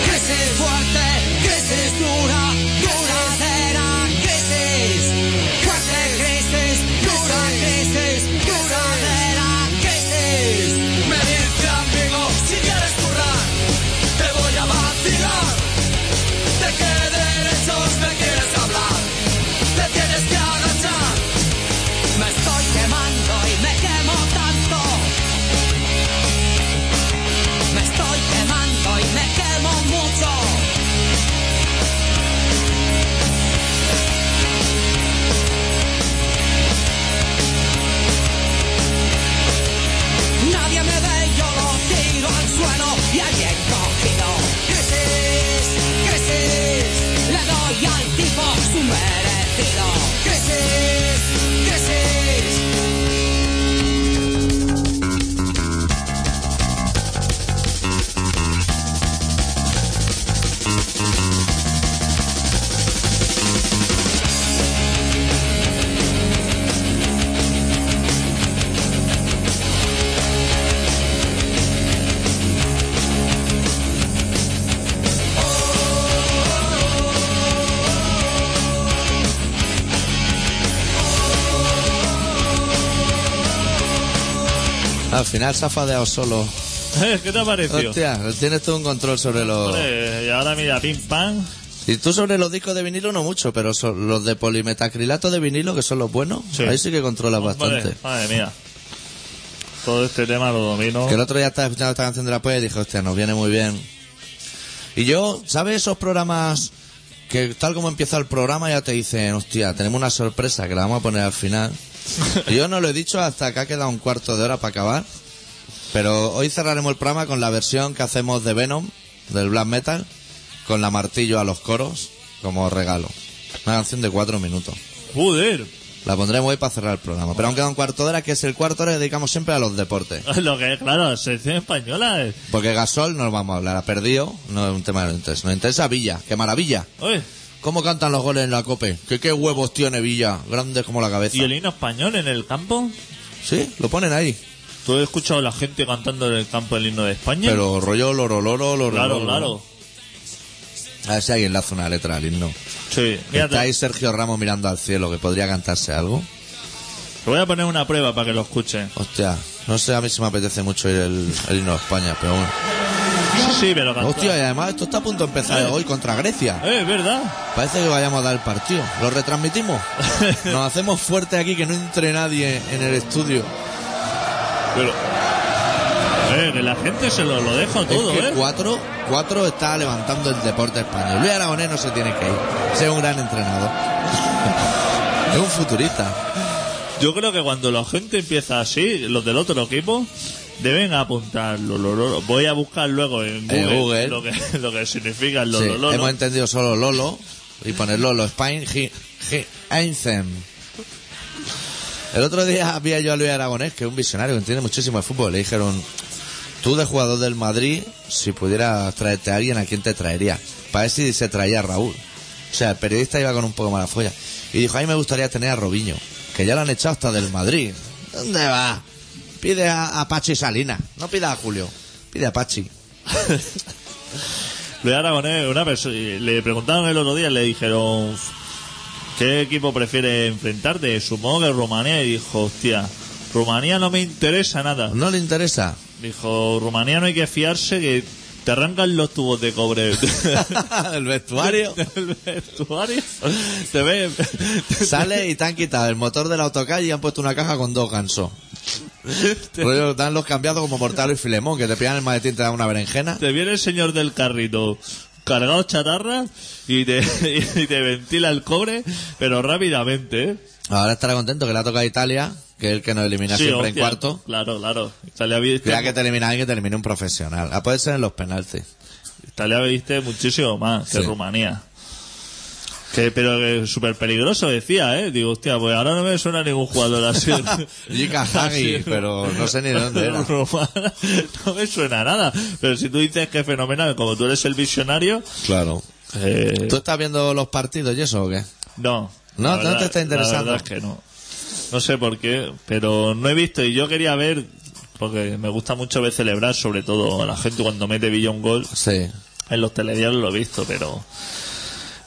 [SPEAKER 1] Crisis fuerte, crisis dura, dura será crisis. Fuerte crisis, dura crisis, dura será crisis. Me dice amigo, si quieres currar, te voy a vacilar. ¿De qué derechos me quieres hablar? Te tienes que agachar. Me estoy quemando y me quemo tanto. Me estoy quemando y me quemo mucho. Nadie me ve, yo lo tiro al suelo y alguien cogido. Crisis, crisis, le doy al tipo su merecido. Crisis, crisis.
[SPEAKER 3] Al final se ha fadeado solo.
[SPEAKER 4] ¿Qué te ha parecido?
[SPEAKER 3] Hostia, tienes tú un control sobre los...
[SPEAKER 4] Hombre, y ahora mira, pim pam.
[SPEAKER 3] Y tú sobre los discos de vinilo no mucho, pero so- los de polimetacrilato de vinilo, que son los buenos,
[SPEAKER 4] Sí.
[SPEAKER 3] ahí sí que controlas
[SPEAKER 4] Hombre,
[SPEAKER 3] bastante.
[SPEAKER 4] madre mía. Todo este tema lo domino.
[SPEAKER 3] Que el otro día estaba escuchando esta canción de la polla y dije, hostia, nos viene muy bien. Y yo, ¿sabes esos programas que tal como empieza el programa ya te dicen, hostia, tenemos una sorpresa que la vamos a poner al final? Y yo no lo he dicho hasta que ha quedado un cuarto de hora para acabar. Pero hoy cerraremos el programa con la versión que hacemos de Venom, del black metal, con la martillo a los coros como regalo. Una canción de cuatro minutos.
[SPEAKER 4] Joder. [LAUGHS]
[SPEAKER 3] La pondremos hoy para cerrar el programa. Pero aún queda un cuarto de hora, que es el cuarto de hora que dedicamos siempre a los deportes.
[SPEAKER 4] Lo que es, claro, selección española. eh.
[SPEAKER 3] Porque Gasol no lo vamos a hablar, ha perdido, no es un tema que nos interesa. Nos interesa Villa, qué maravilla.
[SPEAKER 4] Oye,
[SPEAKER 3] ¿Cómo cantan los goles en la COPE? Que qué huevos tiene Villa, grandes como la cabeza.
[SPEAKER 4] ¿y el himno español en el campo?
[SPEAKER 3] Sí, lo ponen ahí.
[SPEAKER 4] ¿Tú has escuchado a la gente cantando en el campo el himno de España?
[SPEAKER 3] Pero rollo loro, loro, loro.
[SPEAKER 4] claro,
[SPEAKER 3] loro.
[SPEAKER 4] claro.
[SPEAKER 3] A ver si alguien le hace una letra al himno.
[SPEAKER 4] Sí,
[SPEAKER 3] Está
[SPEAKER 4] fíjate.
[SPEAKER 3] ahí Sergio Ramos mirando al cielo, que podría cantarse algo.
[SPEAKER 4] Te voy a poner una prueba para que lo escuches.
[SPEAKER 3] Hostia, no sé a mí si me apetece mucho ir el, el himno de España, pero bueno.
[SPEAKER 4] Sí, pero cantó.
[SPEAKER 3] Hostia, y además esto está a punto de empezar
[SPEAKER 4] Eh.
[SPEAKER 3] hoy contra Grecia.
[SPEAKER 4] Eh, es verdad.
[SPEAKER 3] Parece que vayamos a dar el partido. ¿Lo
[SPEAKER 4] [LAUGHS]
[SPEAKER 3] retransmitimos? Nos hacemos fuerte aquí, que no entre nadie en el estudio.
[SPEAKER 4] Pero... Eh, que la gente se lo, lo deja todo,
[SPEAKER 3] es que
[SPEAKER 4] ¿eh?
[SPEAKER 3] cuatro, cuatro está levantando el deporte español. Luis Aragonés no se tiene que ir. Ese Es un gran entrenador. [LAUGHS] es un futurista.
[SPEAKER 4] Yo creo que cuando la gente empieza así, los del otro equipo deben apuntarlo. lo, lo, lo. Voy a buscar luego en
[SPEAKER 3] En Google.
[SPEAKER 4] Google, Lo, que, [LAUGHS] lo que significa el lo,
[SPEAKER 3] Sí,
[SPEAKER 4] lo, lo, lo.
[SPEAKER 3] hemos entendido solo Lolo y poner Lolo Spain Hi- Hi- Anthem. El otro día había yo a Luis Aragonés, que es un visionario que entiende muchísimo de fútbol. Le dijeron, tú de jugador del Madrid, si pudieras traerte a alguien, ¿a quién te traería? Para ver si se traía a Raúl. O sea, el periodista iba con un poco mala folla. Y dijo, a mí me gustaría tener a Robinho, que ya lo han echado hasta del Madrid. ¿Dónde va? Pide a, a Pachi Salinas. No pida a Julio, pide a Pachi.
[SPEAKER 4] Luis Aragonés, una persona, le preguntaron el otro día, le dijeron, ¿qué equipo prefiere enfrentarte? Supongo que Rumanía, y dijo, hostia, Rumanía no me interesa nada.
[SPEAKER 3] ¿No le interesa?
[SPEAKER 4] Dijo, Rumanía no hay que fiarse, que te arrancan los tubos de cobre.
[SPEAKER 3] [LAUGHS] el vestuario.
[SPEAKER 4] [LAUGHS] del vestuario.
[SPEAKER 3] [LAUGHS]
[SPEAKER 4] Te ven.
[SPEAKER 3] Sale y te han quitado el motor del autocar y han puesto una caja con dos gansos. Rollo, dan los cambiados como Mortalo y Filemón, que te pillan el maletín te dan una berenjena.
[SPEAKER 4] Te viene el señor del carrito cargado chatarra y te, [LAUGHS] y te ventila el cobre, pero rápidamente, ¿eh?
[SPEAKER 3] Ahora estará contento que le ha tocado a Italia, que es el que nos elimina
[SPEAKER 4] Sí,
[SPEAKER 3] siempre en
[SPEAKER 4] hostia.
[SPEAKER 3] cuarto.
[SPEAKER 4] Claro, claro. Italia viste,
[SPEAKER 3] Ya que te elimina alguien, te elimina un profesional. A poder ser en los penaltis.
[SPEAKER 4] [LAUGHS] Italia viste muchísimo más que
[SPEAKER 3] Sí.
[SPEAKER 4] Rumanía. Que, pero que súper peligroso decía, ¿eh? Digo, hostia, pues ahora no me suena ningún
[SPEAKER 3] [LAUGHS]
[SPEAKER 4] jugador así.
[SPEAKER 3] Yika Hagi, pero no sé ni de dónde era.
[SPEAKER 4] [LAUGHS] Rumana, no me suena nada. Pero si tú dices que es fenomenal, como tú eres el visionario,
[SPEAKER 3] Claro.
[SPEAKER 4] eh,
[SPEAKER 3] ¿Tú estás viendo los partidos y eso o qué?
[SPEAKER 4] No.
[SPEAKER 3] No,
[SPEAKER 4] La
[SPEAKER 3] no te está interesando.
[SPEAKER 4] La verdad es que no. No sé por qué, pero no he visto y yo quería ver, porque me gusta mucho ver celebrar, sobre todo a la gente cuando mete Villa un gol.
[SPEAKER 3] Sí.
[SPEAKER 4] En los telediarios lo he visto, pero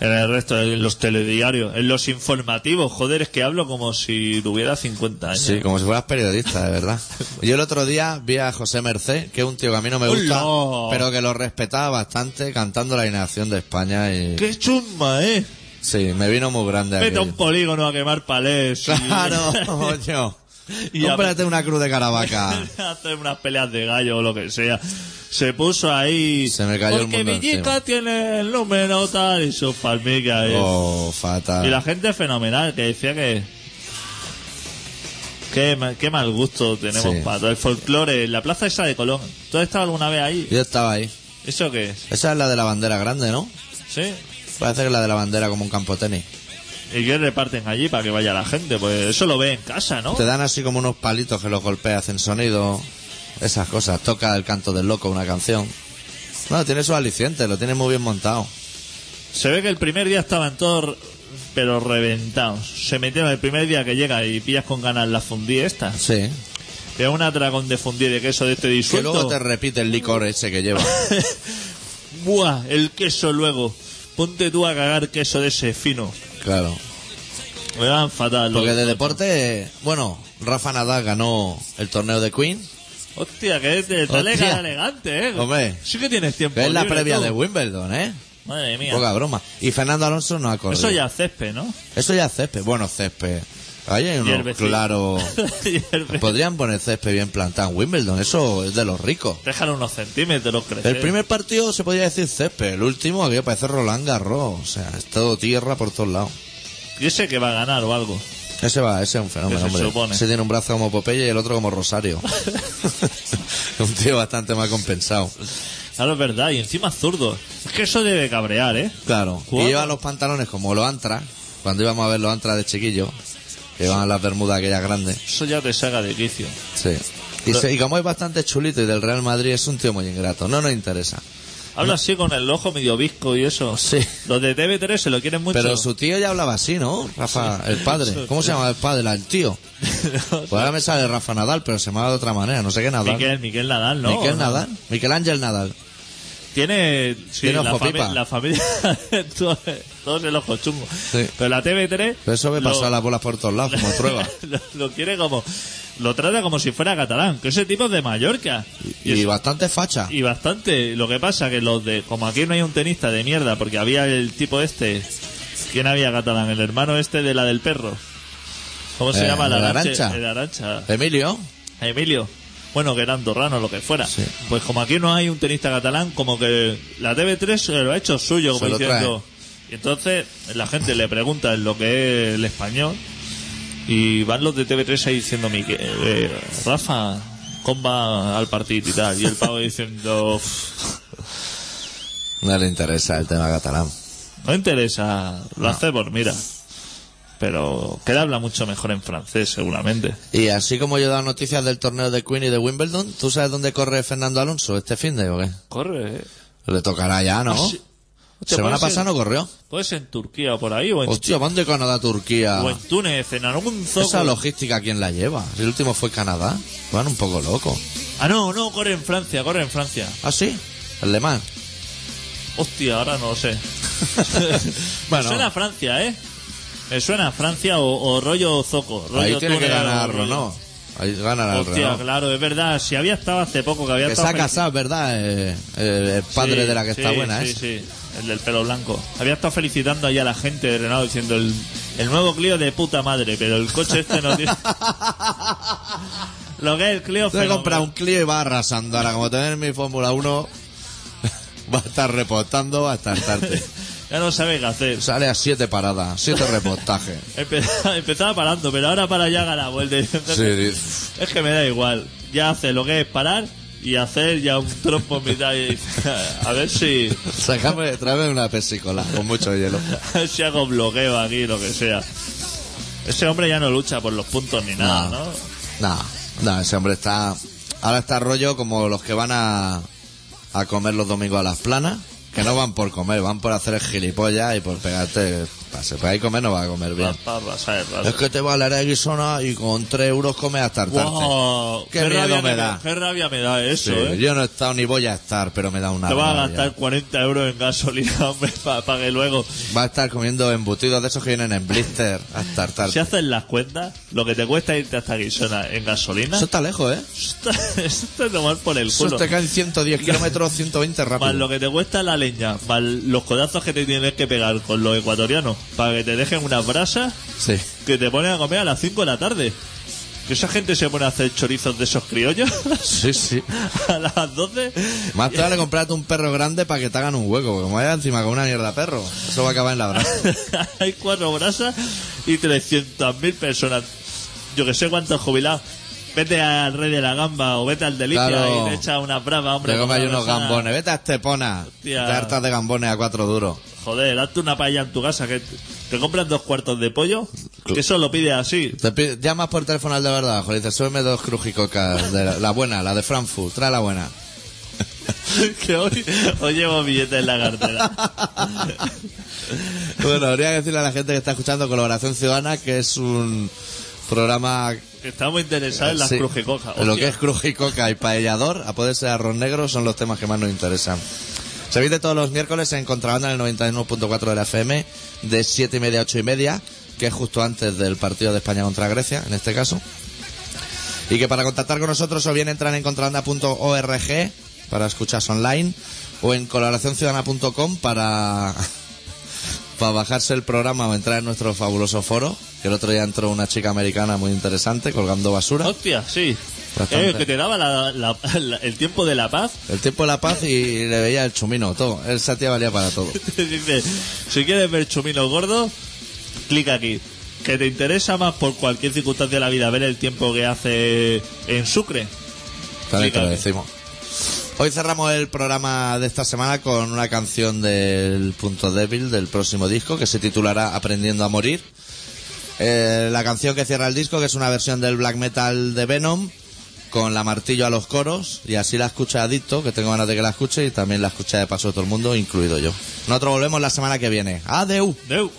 [SPEAKER 4] en el resto, en los telediarios, en los informativos, joder, es que hablo como si tuviera 50 años.
[SPEAKER 3] Sí, como si fueras periodista, de
[SPEAKER 4] [LAUGHS]
[SPEAKER 3] verdad. Yo el otro día vi a José Merced, que es un tío que a mí no me gusta,
[SPEAKER 4] ¡Hola!
[SPEAKER 3] pero que lo respetaba bastante cantando la inacción de España y...
[SPEAKER 4] ¡Qué chumba, eh!
[SPEAKER 3] Sí, me vino muy grande
[SPEAKER 4] Vete a
[SPEAKER 3] aquello.
[SPEAKER 4] un polígono a quemar palés. y-
[SPEAKER 3] [LAUGHS]
[SPEAKER 4] [LAUGHS]
[SPEAKER 3] Claro, coño.
[SPEAKER 4] Y a-
[SPEAKER 3] Cómprate una cruz de
[SPEAKER 4] [LAUGHS]
[SPEAKER 3] caravaca.
[SPEAKER 4] hacer unas peleas de gallo o lo que sea. Se puso ahí.
[SPEAKER 3] Se me cayó el
[SPEAKER 4] Porque
[SPEAKER 3] mundo
[SPEAKER 4] Villica
[SPEAKER 3] encima".
[SPEAKER 4] tiene el número tal y sus palmicas. y-
[SPEAKER 3] Oh,
[SPEAKER 4] Y la
[SPEAKER 3] fatal.
[SPEAKER 4] gente es fenomenal, que decía que. Qué, ma- qué mal gusto tenemos
[SPEAKER 3] Sí.
[SPEAKER 4] para todo el folclore. La plaza esa de Colón. ¿Tú has estado alguna vez ahí?
[SPEAKER 3] Yo estaba ahí.
[SPEAKER 4] ¿Eso qué es?
[SPEAKER 3] Esa es la de la bandera grande, ¿no?
[SPEAKER 4] ¿Sí?
[SPEAKER 3] Parece que es la de la bandera como un campo de tenis.
[SPEAKER 4] ¿Y qué reparten allí para que vaya la gente? Pues eso lo ve en casa, ¿no?
[SPEAKER 3] Te dan así como unos palitos que los golpeas, hacen sonido, esas cosas. Toca el canto del loco una canción. No, tiene su aliciente, lo tiene muy bien montado.
[SPEAKER 4] Se ve que el primer día estaban todos, pero reventados. Se metieron el primer día que llega y pillas con ganas la fundí esta.
[SPEAKER 3] Sí.
[SPEAKER 4] Es un atracón de fundir de queso de este
[SPEAKER 3] Que
[SPEAKER 4] disuelto.
[SPEAKER 3] luego te repite el licor ese que lleva.
[SPEAKER 4] Buah, el queso luego. Ponte tú a cagar queso de ese fino.
[SPEAKER 3] Claro.
[SPEAKER 4] Me van fatal. los
[SPEAKER 3] Porque de
[SPEAKER 4] dos.
[SPEAKER 3] deporte, bueno, Rafa Nadal ganó el torneo de Queen,
[SPEAKER 4] Hostia, que te, te
[SPEAKER 3] Hostia.
[SPEAKER 4] alegas elegante, eh.
[SPEAKER 3] Hombre.
[SPEAKER 4] Sí que tienes tiempo.
[SPEAKER 3] que es la
[SPEAKER 4] libre,
[SPEAKER 3] previa
[SPEAKER 4] tú.
[SPEAKER 3] de Wimbledon, ¿eh?
[SPEAKER 4] Madre mía.
[SPEAKER 3] Poca broma. Y Fernando Alonso no ha corrido.
[SPEAKER 4] Eso ya es césped, ¿no?
[SPEAKER 3] Eso ya es césped. Bueno, césped. Ahí hay
[SPEAKER 4] Y el
[SPEAKER 3] uno,
[SPEAKER 4] vecino.
[SPEAKER 3] claro.
[SPEAKER 4] [LAUGHS] Y el ve-
[SPEAKER 3] Podrían poner césped bien plantado en Wimbledon. Eso es de los ricos.
[SPEAKER 4] Déjalo unos centímetros crecer.
[SPEAKER 3] El primer partido se podría decir césped. El último, aquello parece Roland Garros. O sea, es todo tierra por todos lados.
[SPEAKER 4] Y ese que va a ganar o algo.
[SPEAKER 3] Ese va, ese es un fenómeno,
[SPEAKER 4] Ese se
[SPEAKER 3] hombre.
[SPEAKER 4] supone. [LAUGHS]
[SPEAKER 3] Ese tiene un brazo como Popeye y el otro como Rosario. que un tío bastante mal compensado.
[SPEAKER 4] Claro, es verdad, y encima zurdo. Es que eso debe cabrear, ¿eh?
[SPEAKER 3] Claro.
[SPEAKER 4] Cuatro.
[SPEAKER 3] Y lleva los pantalones como los antras, cuando íbamos a ver los antras de chiquillo, que van a las bermudas aquellas grandes.
[SPEAKER 4] Eso ya te saca de quicio.
[SPEAKER 3] Sí. Y, se- y como es bastante chulito y del Real Madrid es un tío muy ingrato, no nos interesa.
[SPEAKER 4] Habla así con el ojo medio visco y eso.
[SPEAKER 3] Sí.
[SPEAKER 4] Los de TV3 se lo quieren mucho.
[SPEAKER 3] Pero su tío ya hablaba así, ¿no? Rafa, el padre. ¿Cómo se llama el padre? El tío. Pues ahora me sale Rafa Nadal, pero se llama de otra manera, no sé qué [LAUGHS] Nadal.
[SPEAKER 4] Miquel, Miquel Nadal, ¿no?
[SPEAKER 3] Miquel Nadal. Miquel Ángel Nadal.
[SPEAKER 4] Tiene, sí,
[SPEAKER 3] Tiene
[SPEAKER 4] la,
[SPEAKER 3] ojo
[SPEAKER 4] fami-
[SPEAKER 3] pipa.
[SPEAKER 4] la familia, [LAUGHS] todos, todos el ojo chungo.
[SPEAKER 3] Sí.
[SPEAKER 4] Pero la TV3...
[SPEAKER 3] Pero eso me
[SPEAKER 4] lo- [LAUGHS]
[SPEAKER 3] pasó las bolas por todos lados, como prueba.
[SPEAKER 4] lo, lo quiere como... Lo trata como si fuera catalán, que ese tipo es de Mallorca.
[SPEAKER 3] Y,
[SPEAKER 4] es-
[SPEAKER 3] bastante facha.
[SPEAKER 4] y bastante. Lo que pasa que los de... Como aquí no hay un tenista de mierda, porque había el tipo este... ¿Quién había catalán? El hermano este de la del perro. ¿Cómo se
[SPEAKER 3] Eh,
[SPEAKER 4] llama? La
[SPEAKER 3] el
[SPEAKER 4] Arancha.
[SPEAKER 3] Arancha.
[SPEAKER 4] El Arancha.
[SPEAKER 3] Emilio.
[SPEAKER 4] Emilio. Bueno, que era andorrano, lo que fuera.
[SPEAKER 3] Sí.
[SPEAKER 4] Pues como aquí no hay un tenista catalán, como que la TV3 se eh, lo ha hecho suyo, como
[SPEAKER 3] Se lo
[SPEAKER 4] diciendo. Y entonces la gente le pregunta en lo que es el español. Y van los de TV3 ahí diciendo, Mique, eh, Rafa, comba al partido y tal. Y el
[SPEAKER 3] [LAUGHS]
[SPEAKER 4] pavo diciendo,
[SPEAKER 3] No le interesa el tema catalán.
[SPEAKER 4] no interesa, lo hace por mira. Pero que él habla mucho mejor en francés, seguramente.
[SPEAKER 3] Y así como yo he dado noticias del torneo de Queen y de Wimbledon, ¿tú sabes dónde corre Fernando Alonso este fin de o qué?
[SPEAKER 4] Corre, eh.
[SPEAKER 3] Le tocará ya, ¿no?
[SPEAKER 4] Ah, sí. Hostia,
[SPEAKER 3] Semana
[SPEAKER 4] puede
[SPEAKER 3] pasada
[SPEAKER 4] ser-
[SPEAKER 3] no
[SPEAKER 4] Pues
[SPEAKER 3] corrió.
[SPEAKER 4] Puede ser en Turquía o por ahí, o en
[SPEAKER 3] Hostia, van de Canadá a Turquía.
[SPEAKER 4] O en Túnez, en algún zoco.
[SPEAKER 3] Ah. Esa logística, ¿quién la lleva? Si El último fue Canadá. Van un poco locos.
[SPEAKER 4] Ah, no, no, corre en Francia, corre en Francia.
[SPEAKER 3] ¿Ah, sí? El Le
[SPEAKER 4] [LAUGHS]
[SPEAKER 3] Mans.
[SPEAKER 4] Hostia, ahora no lo sé.
[SPEAKER 3] [LAUGHS] Bueno.
[SPEAKER 4] Me suena a Francia, ¿eh? Me suena a Francia o, o rollo zoco. Rollo
[SPEAKER 3] Ahí tiene que
[SPEAKER 4] Túnez,
[SPEAKER 3] ganar
[SPEAKER 4] rollo-
[SPEAKER 3] Renault. Ahí ganará el
[SPEAKER 4] Hostia,
[SPEAKER 3] Renault.
[SPEAKER 4] claro, es verdad. Si había estado hace poco que había
[SPEAKER 3] Que se
[SPEAKER 4] estado...
[SPEAKER 3] ha casado, ¿verdad? Eh, eh, el padre
[SPEAKER 4] Sí,
[SPEAKER 3] de la que está
[SPEAKER 4] sí,
[SPEAKER 3] buena,
[SPEAKER 4] Sí,
[SPEAKER 3] ¿eh?
[SPEAKER 4] sí, el del pelo blanco. Había estado felicitando ahí a la gente de Renault diciendo el, el nuevo Clio de puta madre, pero el coche este no
[SPEAKER 3] [LAUGHS]
[SPEAKER 4] tiene... Lo que es el Clio
[SPEAKER 3] Te he
[SPEAKER 4] fenomenal.
[SPEAKER 3] comprado un Clio y va arrasando. Ahora, como tener mi Fórmula 1, [LAUGHS] va a estar repostando hasta tarde.
[SPEAKER 4] Ya no sabe qué hacer.
[SPEAKER 3] Sale a siete paradas, siete reportajes.
[SPEAKER 4] Empezaba, [LAUGHS] empezaba parando, pero ahora para allá gana vuelta.
[SPEAKER 3] Sí,
[SPEAKER 4] Entonces,
[SPEAKER 3] di-
[SPEAKER 4] Es que me da igual. Ya hace lo que es parar y hacer ya un trompo en mitad. y- [LAUGHS] a ver si,
[SPEAKER 3] Sácame, tráeme una pesicola con mucho hielo.
[SPEAKER 4] a ver si hago bloqueo aquí, lo que sea. Ese hombre ya no lucha por los puntos ni nada, ¿no?
[SPEAKER 3] No, no, ese hombre está. Ahora está rollo como los que van a, a comer los domingos a las planas, que no van por comer, van por hacer el gilipollas y por pegarte. Pase, pues ahí comer no va a comer bien.
[SPEAKER 4] Las parras, ¿sabes? Las-
[SPEAKER 3] Es que te va a la área de Guisona y con 3 euros comes hasta hartarte.
[SPEAKER 4] ¡Wow!
[SPEAKER 3] Qué miedo
[SPEAKER 4] rabia
[SPEAKER 3] me
[SPEAKER 4] que
[SPEAKER 3] da.
[SPEAKER 4] Qué rabia me da
[SPEAKER 3] Sí,
[SPEAKER 4] eso, ¿eh?
[SPEAKER 3] Yo no he estado ni voy a estar, pero me da una.
[SPEAKER 4] Te vas a
[SPEAKER 3] rabia.
[SPEAKER 4] gastar 40 euros en gasolina, [LAUGHS] hombre, para que luego...
[SPEAKER 3] Va a estar comiendo embutidos de esos que vienen en blister hasta hartarte.
[SPEAKER 4] Si haces las cuentas, lo que te cuesta irte hasta Guisona en gasolina...
[SPEAKER 3] Eso está lejos, ¿eh?
[SPEAKER 4] Esto [LAUGHS] esto es tomar por el
[SPEAKER 3] Eso
[SPEAKER 4] culo.
[SPEAKER 3] te caen 110 kilómetros, 120
[SPEAKER 4] Más
[SPEAKER 3] rápido.
[SPEAKER 4] lo que te cuesta la leña, más los codazos que te tienes que pegar con los ecuatorianos para que te dejen unas brasas
[SPEAKER 3] Sí.
[SPEAKER 4] que te ponen a comer a las 5 de la tarde. Que esa gente se pone a hacer chorizos de esos criollos [LAUGHS]
[SPEAKER 3] Sí, sí.
[SPEAKER 4] a las 12.
[SPEAKER 3] Más te vale comprarte un perro grande para que te hagan un hueco, porque como vaya encima con una mierda de perro, eso va a acabar en la brasa.
[SPEAKER 4] [LAUGHS] Hay cuatro brasas y 300.000 personas. Yo que sé cuántos jubilados. Vete al Rey de la Gamba o vete al Delicia
[SPEAKER 3] Claro.
[SPEAKER 4] y te echas unas bravas, hombre.
[SPEAKER 3] Te
[SPEAKER 4] con
[SPEAKER 3] comes ahí
[SPEAKER 4] una
[SPEAKER 3] unos
[SPEAKER 4] brasada.
[SPEAKER 3] gambones, vete a Estepona, te
[SPEAKER 4] Hostia.
[SPEAKER 3] hartas de gambones a cuatro duros.
[SPEAKER 4] Joder, hazte una paella en tu casa que te compras dos cuartos de pollo, que eso lo pides así. [LAUGHS]
[SPEAKER 3] Te pi- llamas por teléfono al de verdad, joder, dices, súbeme dos crujicocas, de la, la buena, la de Frankfurt, trae la buena.
[SPEAKER 4] que hoy, hoy llevo billetes en la cartera.
[SPEAKER 3] Bueno, habría que decirle a la gente que está escuchando Colaboración Ciudadana que es un programa...
[SPEAKER 4] Estamos interesados en las
[SPEAKER 3] sí,
[SPEAKER 4] crujicojas.
[SPEAKER 3] en Lo
[SPEAKER 4] Hostia,
[SPEAKER 3] que es crujicoca y paellador, a poder ser arroz negro, son los temas que más nos interesan. Se emite todos los miércoles en Contrabanda en el 91.4 de la FM, de 7 y media a 8 y media, que es justo antes del partido de España contra Grecia, en este caso. Y que para contactar con nosotros o bien entran en contrabanda.org para escuchas online o en colaboracionciudadana.com para, [LAUGHS] para bajarse el programa o entrar en nuestro fabuloso foro. Que el otro día entró una chica americana muy interesante colgando basura.
[SPEAKER 4] Hostia, sí.
[SPEAKER 3] Bastante.
[SPEAKER 4] Eh, que te daba la- la- la- el tiempo de la paz. [LAUGHS]
[SPEAKER 3] El tiempo de la paz y le veía el chumino, todo. Esa tía valía para todo.
[SPEAKER 4] Te dice, si quieres ver chumino gordo, clica aquí. Que te interesa más por cualquier circunstancia de la vida ver el tiempo que hace en Sucre.
[SPEAKER 3] Vale, te lo
[SPEAKER 4] Explícame.
[SPEAKER 3] decimos. Hoy cerramos el programa de esta semana con una canción del punto débil del próximo disco que se titulará Aprendiendo a Morir. Eh, la canción que cierra el disco, que es una versión del black metal de Venom, con la martillo a los coros, y así la escucha Adicto, que tengo ganas de que la escuche, y también la escucha de paso todo el mundo, incluido yo. Nosotros volvemos la semana que viene. ¡Adeu!
[SPEAKER 4] Deu.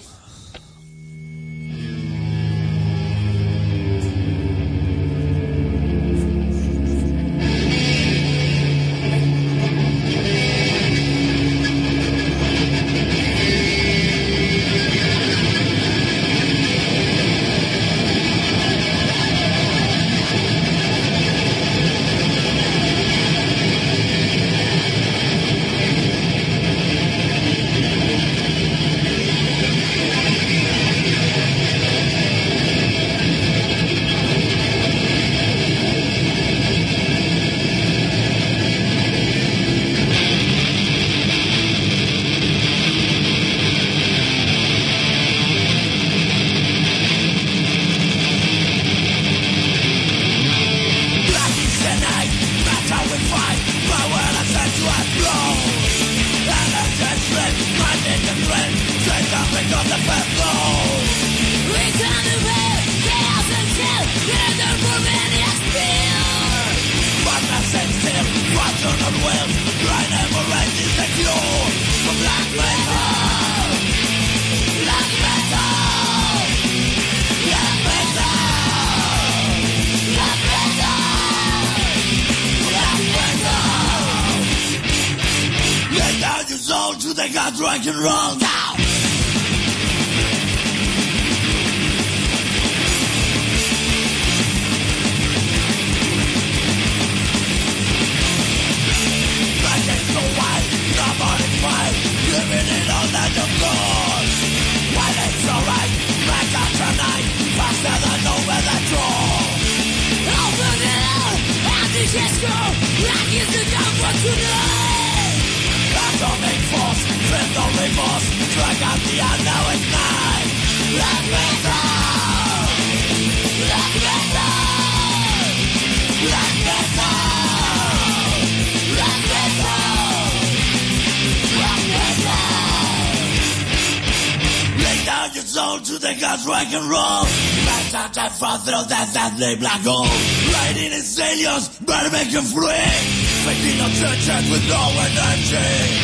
[SPEAKER 2] Let down your soul to the god rock and roll now.
[SPEAKER 1] Open it up, and the disco, like it's the dawn for today. Atomic force, feel no remorse, drag out the unknown at night. Let me down, let me down, let me down, let me down, let me down.
[SPEAKER 2] Lay down your soul to the god rock and roll. Back down that front through that deadly black hole. Riding in sailors, better make you free. Faking no churches with no energy.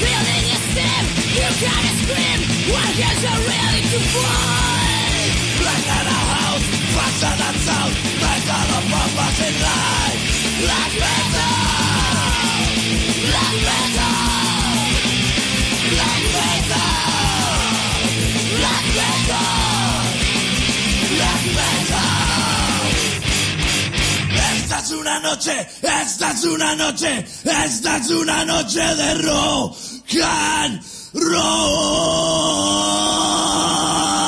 [SPEAKER 1] Building a stem, you gotta scream. What is the really to find? Black metal, black metal, black metal, black metal, black metal.
[SPEAKER 2] Esta es una noche, esta es una noche, esta es una noche de rock and roll.